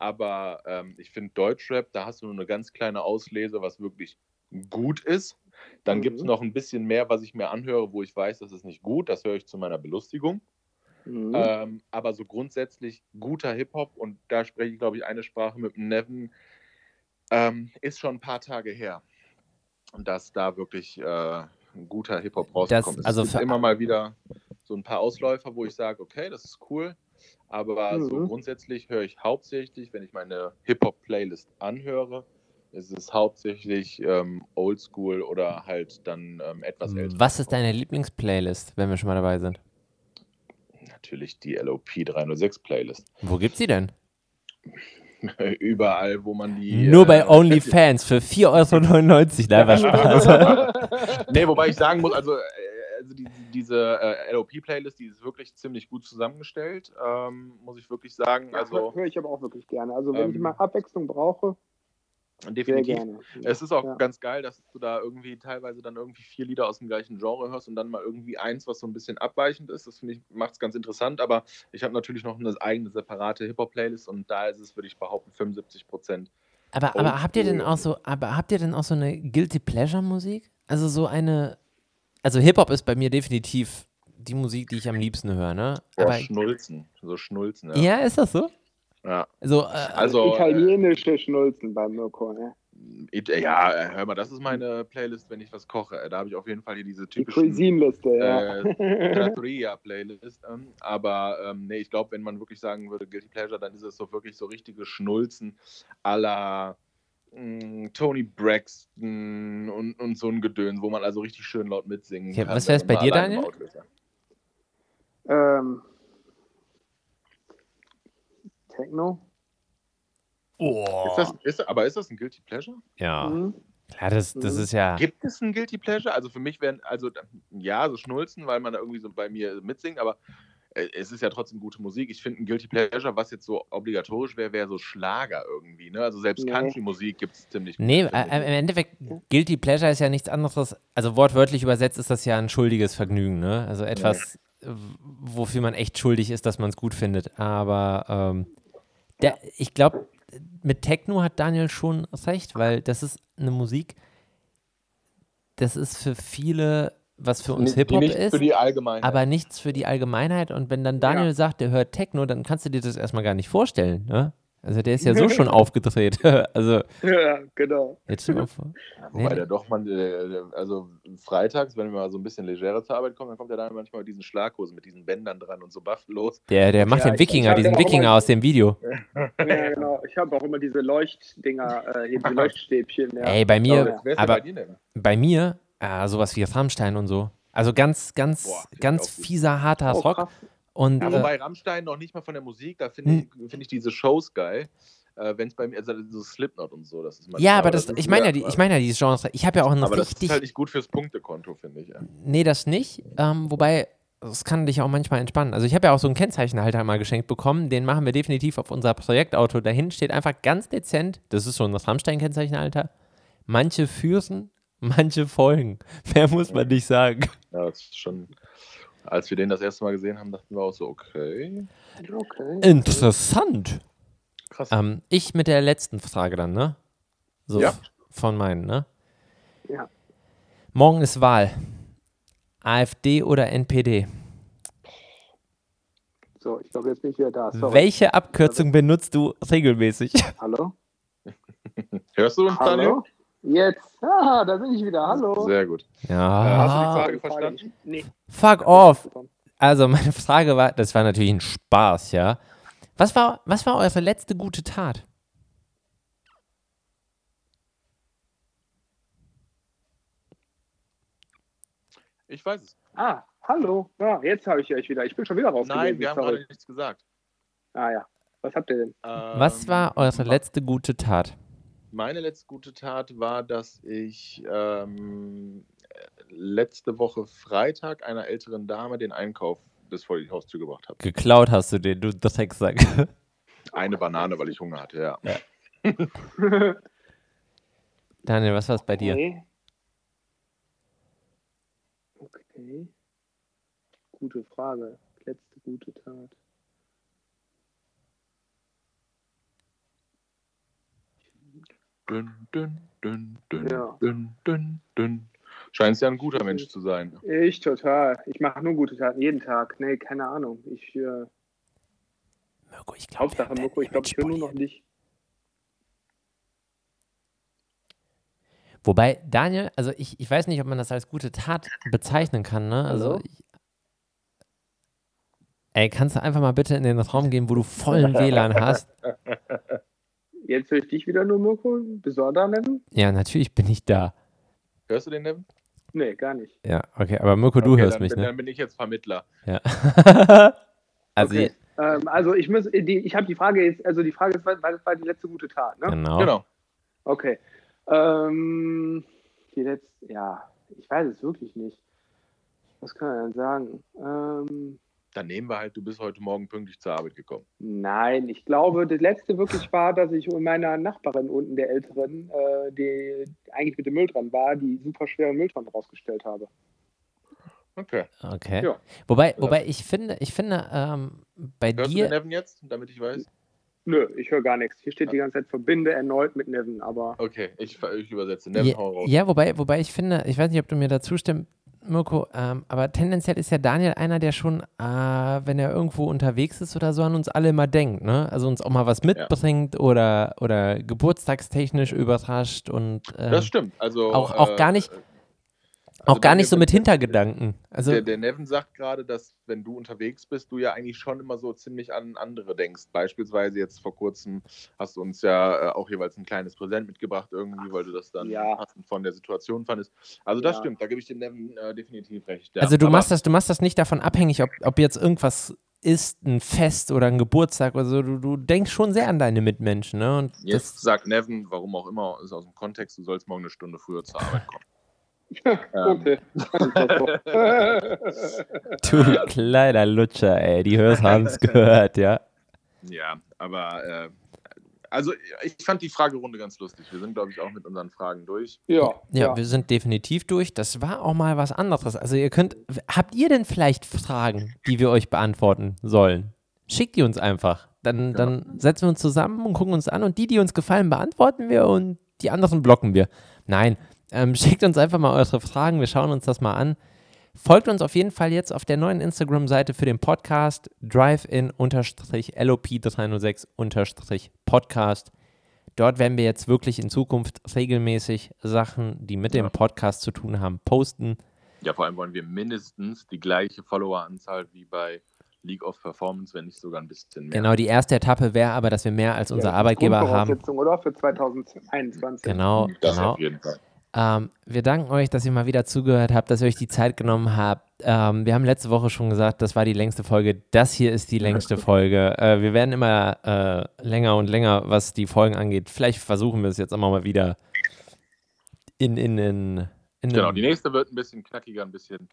Speaker 3: Aber ähm, ich finde Deutschrap, da hast du nur eine ganz kleine Auslese, was wirklich gut ist. Dann
Speaker 2: Mhm.
Speaker 3: gibt es noch ein bisschen mehr, was ich mir anhöre, wo ich weiß, das ist nicht gut. Das höre ich zu meiner Belustigung.
Speaker 2: Mhm.
Speaker 3: Ähm, aber so grundsätzlich guter Hip-Hop, und da spreche ich, glaube ich, eine Sprache mit dem Neven, ähm, ist schon ein paar Tage her, dass da wirklich äh, ein guter Hip-Hop rausgekommen ist.
Speaker 1: also
Speaker 3: es
Speaker 1: für-
Speaker 3: gibt immer mal wieder so ein paar Ausläufer, wo ich sage, okay, das ist cool. Aber so
Speaker 2: Mhm.
Speaker 3: grundsätzlich höre ich hauptsächlich, wenn ich meine Hip-Hop-Playlist anhöre, ist es hauptsächlich ähm, Oldschool oder halt dann ähm, etwas älter.
Speaker 1: Mhm. Was ist deine Lieblingsplaylist, wenn wir schon mal dabei sind?
Speaker 3: Natürlich die LOP 306-Playlist.
Speaker 1: Wo gibt's die denn?
Speaker 3: äh, überall, wo man die.
Speaker 1: Nur
Speaker 3: äh,
Speaker 1: bei
Speaker 3: Champions-
Speaker 1: OnlyFans für 4,99 Euro. Nein, war
Speaker 3: Also,
Speaker 1: Spaß.
Speaker 3: genau. Nee, wobei ich sagen muss, also, äh, also die, diese äh, LOP-Playlist, die ist wirklich ziemlich gut zusammengestellt, ähm, muss ich wirklich sagen.
Speaker 2: Also,
Speaker 3: Also
Speaker 2: höre ich aber auch wirklich gerne. Also wenn ich
Speaker 3: ähm,
Speaker 2: mal Abwechslung brauche, sehr
Speaker 3: definitiv.
Speaker 2: gerne.
Speaker 3: Es ist auch
Speaker 2: Ja.
Speaker 3: ganz geil, dass du da irgendwie teilweise dann irgendwie vier Lieder aus dem gleichen Genre hörst und dann mal irgendwie eins, was so ein bisschen abweichend ist. Das finde ich, macht es ganz interessant, aber ich habe natürlich noch eine eigene separate Hip-Hop-Playlist und da ist es, würde ich behaupten, 75 Prozent.
Speaker 1: Aber, aber habt ihr denn
Speaker 3: Oldschool.
Speaker 1: auch so, aber habt ihr denn auch so eine Guilty Pleasure Musik? Also so eine, also Hip Hop ist bei mir definitiv die Musik, die ich am liebsten höre, ne?
Speaker 3: Boah,
Speaker 1: Aber,
Speaker 3: Schnulzen, so Schnulzen.
Speaker 1: ja. ist das so?
Speaker 3: ja.
Speaker 1: So, äh,
Speaker 3: Also, äh,
Speaker 2: Italienische Schnulzen beim Mirko, ne?
Speaker 3: Ich, äh, ja, hör mal, das ist meine Playlist, wenn ich was koche. Äh, Da habe ich auf jeden Fall hier diese
Speaker 2: Die
Speaker 3: typischen
Speaker 2: Cuisinenliste, ja.
Speaker 3: äh, Trattoria-Playlist. Ähm, aber ähm, nee, ich glaube, wenn man wirklich sagen würde Guilty Pleasure, dann ist es so wirklich so richtige Schnulzen à la mh, Tony Braxton und, und so ein Gedöns, wo man also richtig schön laut mitsingen
Speaker 1: Ja,
Speaker 3: kann.
Speaker 1: was
Speaker 3: wenn
Speaker 1: wär's
Speaker 3: man
Speaker 1: bei dir,
Speaker 3: allein im
Speaker 1: Daniel?
Speaker 3: Auto ist, ja.
Speaker 2: ähm, Techno?
Speaker 1: oh,
Speaker 3: Ist das, ist, aber ist das ein Guilty Pleasure?
Speaker 1: ja,
Speaker 2: Mhm.
Speaker 1: klar, das, das
Speaker 2: Mhm.
Speaker 1: ist ja,
Speaker 3: Gibt es ein Guilty Pleasure? Also für mich wären, also ja, so Schnulzen, weil man da irgendwie so bei mir mitsingt, aber äh, es ist ja trotzdem gute Musik. Ich finde ein Guilty Pleasure, was jetzt so obligatorisch wäre, wäre so Schlager irgendwie. Ne? Also selbst
Speaker 2: Nee.
Speaker 3: Country-Musik gibt es ziemlich
Speaker 1: nee,
Speaker 3: gut.
Speaker 1: äh, im Endeffekt Guilty Pleasure ist ja nichts anderes, also wortwörtlich übersetzt ist das ja ein schuldiges Vergnügen, ne? Also etwas, w- wofür man echt schuldig ist, dass man es gut findet. Aber ähm, der, ich glaube, mit Techno hat Daniel schon recht, weil das ist eine Musik, das ist für viele, was für uns
Speaker 3: Die- die
Speaker 1: um Hip-Hop
Speaker 3: nicht
Speaker 1: ist,
Speaker 3: Für die Allgemeinheit.
Speaker 1: aber nichts für die Allgemeinheit. Und wenn dann Daniel sagt, der hört Techno, dann kannst du dir das erstmal gar nicht vorstellen. Ne? Also der ist ja so schon aufgedreht. also
Speaker 2: Ja, genau.
Speaker 1: jetzt schon mal vor.
Speaker 3: Wobei
Speaker 1: nee.
Speaker 3: der doch man, äh, also freitags, wenn wir mal so ein bisschen legerer zur Arbeit kommen, dann kommt er dann manchmal mit diesen Schlaghosen, mit diesen Bändern dran und so baff los.
Speaker 1: Der, der macht
Speaker 2: Ja,
Speaker 1: den
Speaker 2: ich- ich
Speaker 1: Wikinger,
Speaker 2: hab
Speaker 1: diesen
Speaker 2: ja auch
Speaker 1: Wikinger
Speaker 2: mal-
Speaker 1: aus dem Video.
Speaker 2: Ja, genau. Ich habe auch immer diese Leuchtdinger, äh, hier, diese Leuchtstäbchen. Ja.
Speaker 1: Ey, bei
Speaker 3: Aber
Speaker 1: mir,
Speaker 3: das wär's ja bei
Speaker 1: aber
Speaker 3: dir denn?
Speaker 1: bei mir, äh, sowas wie Rammstein und so. Also ganz, ganz,
Speaker 3: Boah, find ich
Speaker 1: ganz
Speaker 3: auch gut.
Speaker 1: fieser, harter
Speaker 2: Oh,
Speaker 1: Rock.
Speaker 2: krass.
Speaker 1: Und
Speaker 3: Ja,
Speaker 1: äh, hm.
Speaker 3: wobei Rammstein noch nicht mal von der Musik, da finde ich, find ich diese Shows geil. Äh, Wenn es bei mir, also so Slipknot und so, das ist mein
Speaker 1: Ja, aber das, ich meine ja, die, ich
Speaker 3: meine
Speaker 1: meine ja dieses Genre. Ich habe ja auch ein
Speaker 3: aber das
Speaker 1: richtig.
Speaker 3: ist halt nicht gut fürs Punktekonto, finde ich. ja.
Speaker 1: nee, das nicht. Ähm, wobei, das kann dich auch manchmal entspannen. Also ich habe ja auch so einen Kennzeichenhalter mal geschenkt bekommen. Den machen wir definitiv auf unser Projektauto. Dahin steht einfach ganz dezent, das ist so ein Rammstein-Kennzeichenhalter, manche führen, manche folgen. Mehr muss man nicht sagen.
Speaker 3: Ja, das ist schon. Als wir den das erste Mal gesehen haben, dachten wir auch so, okay.
Speaker 2: Okay.
Speaker 1: Interessant.
Speaker 3: Krass.
Speaker 1: Ähm, ich mit der letzten Frage dann, ne? So
Speaker 3: Ja.
Speaker 1: f- von meinen, ne?
Speaker 2: Ja.
Speaker 1: Morgen ist Wahl. AfD oder NPD?
Speaker 2: So, ich glaube, jetzt bin ich wieder da. Sorry.
Speaker 1: Welche
Speaker 3: Also-
Speaker 1: Abkürzung benutzt du regelmäßig?
Speaker 2: Hallo?
Speaker 3: Hörst du uns, Daniel?
Speaker 2: Hallo? Jetzt. Ah, da bin ich wieder. Hallo.
Speaker 3: Sehr gut.
Speaker 1: Ja.
Speaker 3: Hast du die Frage verstanden?
Speaker 2: Nee.
Speaker 1: Fuck Ah. off. Also, meine Frage war, das war natürlich ein Spaß, ja. Was war, was war eure letzte gute Tat?
Speaker 3: Ich weiß es.
Speaker 2: Ah, hallo. Ja, jetzt habe ich euch wieder. Ich bin schon wieder rausgekommen.
Speaker 3: Nein, wir haben gerade nichts gesagt.
Speaker 2: Ah ja. Was habt ihr denn?
Speaker 1: Was
Speaker 3: Ähm,
Speaker 1: war eure letzte gute Tat?
Speaker 3: Meine letzte gute Tat war, dass ich ähm, letzte Woche Freitag einer älteren Dame den Einkauf des vor die Haustür gebracht habe.
Speaker 1: Geklaut hast du den, du Drecksack.
Speaker 3: Eine Banane, weil ich Hunger hatte, ja.
Speaker 1: Daniel, was war es bei dir?
Speaker 2: Okay. okay. Gute Frage. Letzte gute Tat.
Speaker 3: Dün, dün, dün, dün,
Speaker 2: Ja.
Speaker 3: dün, dün, dün. Scheinst ja ein guter Mensch zu sein.
Speaker 2: Ich total. Ich mache nur gute Taten, jeden Tag. Nee, keine Ahnung. Ich, äh,
Speaker 1: Mirko, ich glaub, wir
Speaker 2: Hauptsache,
Speaker 1: haben dein
Speaker 2: Mirko, ich glaube, ich höre nur
Speaker 1: Image
Speaker 2: noch dich.
Speaker 1: Wobei, Daniel, also ich, ich weiß nicht, ob man das als gute Tat bezeichnen kann, ne? Also.
Speaker 2: Hallo?
Speaker 1: Ich, ey, kannst du einfach mal bitte in den Raum gehen, wo du vollen WLAN hast?
Speaker 2: Jetzt höre ich dich wieder nur, Mirko. Bist du auch da, Neven?
Speaker 1: Ja, natürlich bin ich da.
Speaker 3: Hörst du den, Nevin?
Speaker 2: Nee, gar nicht.
Speaker 1: Ja, okay, aber Mirko, du
Speaker 3: Okay,
Speaker 1: hörst
Speaker 3: dann,
Speaker 1: mich,
Speaker 3: bin,
Speaker 1: ne?
Speaker 3: Dann bin ich jetzt Vermittler.
Speaker 1: Ja. also,
Speaker 2: Okay. Ähm, also ich muss, die, ich habe die Frage jetzt, also die Frage ist, was was war die letzte gute Tat, ne?
Speaker 1: genau.
Speaker 3: Genau.
Speaker 2: Okay. Ähm, die letzte, ja, ich weiß es wirklich nicht. Was kann man denn sagen? Ähm,
Speaker 3: Dann nehmen wir halt, du bist heute Morgen pünktlich zur Arbeit gekommen.
Speaker 2: nein, ich glaube, das letzte wirklich war, dass ich meiner Nachbarin unten, der Älteren, äh, die eigentlich mit dem Müll dran war, die super schweren Mülltonnen rausgestellt habe.
Speaker 3: Okay.
Speaker 1: Okay.
Speaker 2: Ja.
Speaker 1: Wobei, wobei ich finde, ich finde, ähm, bei
Speaker 3: Hörst du
Speaker 1: dir.
Speaker 3: den, Nevin, jetzt, damit ich weiß?
Speaker 2: Nö, ich höre gar nichts. Hier steht die ganze Zeit, verbinde erneut mit Neven, aber
Speaker 3: Okay, ich, ich übersetze. Nevin, hau
Speaker 1: Ja,
Speaker 3: raus.
Speaker 1: ja, wobei, wobei ich finde, ich weiß nicht, ob du mir da zustimmst, Mirko, ähm, aber tendenziell ist ja Daniel einer, der schon, äh, wenn er irgendwo unterwegs ist oder so, an uns alle immer denkt, ne? Also uns auch mal was mitbringt oder, oder geburtstagstechnisch überrascht und ähm,
Speaker 3: Das stimmt. Also,
Speaker 1: auch- auch gar nicht- auch
Speaker 3: also
Speaker 1: gar
Speaker 3: Daniel,
Speaker 1: nicht so mit
Speaker 3: wenn-
Speaker 1: Hintergedanken. Also,
Speaker 3: der, der Nevin sagt gerade, dass wenn du unterwegs bist, du ja eigentlich schon immer so ziemlich an andere denkst. Beispielsweise jetzt vor kurzem hast du uns ja äh, auch jeweils ein kleines Präsent mitgebracht irgendwie, weil du das dann
Speaker 2: Ja.
Speaker 3: passend von der Situation fandest. Also das
Speaker 2: Ja.
Speaker 3: stimmt, da gebe ich dem Nevin äh, definitiv recht. ja.
Speaker 1: also du,
Speaker 3: Aber
Speaker 1: machst das, du machst das nicht davon abhängig, ob, ob jetzt irgendwas ist, ein Fest oder ein Geburtstag oder so. Du, du denkst schon sehr an deine Mitmenschen, ne? Und
Speaker 3: Jetzt
Speaker 1: das,
Speaker 3: sagt Nevin, warum auch immer, ist aus dem Kontext, du sollst morgen eine Stunde früher zur Arbeit kommen. Ähm,
Speaker 2: okay.
Speaker 1: Du kleiner Lutscher, ey, die Hörs haben's gehört, ja.
Speaker 3: Ja, aber äh, also ich fand die Fragerunde ganz lustig. Wir sind, glaube ich, auch mit unseren Fragen durch.
Speaker 2: ja,
Speaker 1: Ja, wir sind definitiv durch. Das war auch mal was anderes. Also ihr könnt, habt ihr denn vielleicht Fragen, die wir euch beantworten sollen? Schickt die uns einfach. Dann, dann setzen wir uns zusammen und gucken uns an und die, die uns gefallen, beantworten wir und die anderen blocken wir. Nein, ähm, schickt uns einfach mal eure Fragen. Wir schauen uns das mal an. Folgt uns auf jeden Fall jetzt auf der neuen Instagram-Seite für den Podcast drivein-lop306-podcast. Dort werden wir jetzt wirklich in Zukunft regelmäßig Sachen, die mit
Speaker 3: Ja.
Speaker 1: dem Podcast zu tun haben, posten.
Speaker 3: Ja, vor allem wollen wir mindestens die gleiche Followeranzahl wie bei League of Performance, wenn nicht sogar ein bisschen mehr.
Speaker 1: Genau, die erste Etappe wäre aber, dass wir mehr als unser
Speaker 2: Ja,
Speaker 1: Arbeitgeber haben.
Speaker 2: Grundvoraussetzung, oder? Für 2021.
Speaker 1: Genau,
Speaker 3: Das
Speaker 1: genau.
Speaker 3: auf jeden Fall.
Speaker 1: Ähm, wir danken euch, dass ihr mal wieder zugehört habt, dass ihr euch die Zeit genommen habt. Ähm, wir haben letzte Woche schon gesagt, das war die längste Folge. Das hier ist die längste Folge. Äh, wir werden immer äh, länger und länger, was die Folgen angeht. Vielleicht versuchen wir es jetzt immer mal wieder in, in, in, in
Speaker 3: Genau, die nächste wird ein bisschen knackiger, ein bisschen,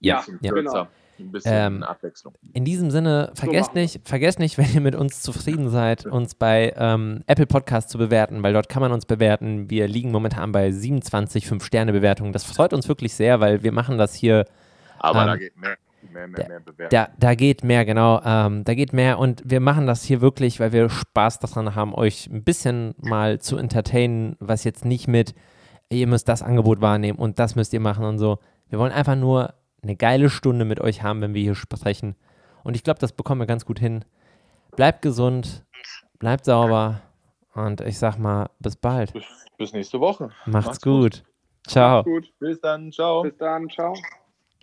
Speaker 2: Ja,
Speaker 3: ein bisschen
Speaker 1: ja.
Speaker 3: kürzer, ein bisschen
Speaker 1: Ähm,
Speaker 3: Abwechslung.
Speaker 1: In diesem Sinne, vergesst
Speaker 2: machen wir.
Speaker 1: nicht, vergesst nicht, wenn ihr mit uns zufrieden seid, uns bei ähm, Apple Podcast zu bewerten, weil dort kann man uns bewerten. Wir liegen momentan bei 27 5-Sterne-Bewertungen. Das freut uns wirklich sehr, weil wir machen das hier
Speaker 3: Aber
Speaker 1: ähm,
Speaker 3: da geht mehr, mehr, mehr, mehr Bewerbung.
Speaker 1: da, da geht mehr, genau. Ähm, da geht mehr und wir machen das hier wirklich, weil wir Spaß daran haben, euch ein bisschen mal zu entertainen, was jetzt nicht mit, ey, ihr müsst das Angebot wahrnehmen und das müsst ihr machen und so. Wir wollen einfach nur eine geile Stunde mit euch haben, wenn wir hier sprechen. Und ich glaube, das bekommen wir ganz gut hin. Bleibt gesund, bleibt sauber Und ich sag mal, bis bald.
Speaker 3: Bis, bis nächste Woche.
Speaker 1: Macht's, gut. Ciao.
Speaker 2: Gut,
Speaker 3: Bis dann, ciao.
Speaker 2: bis dann, ciao.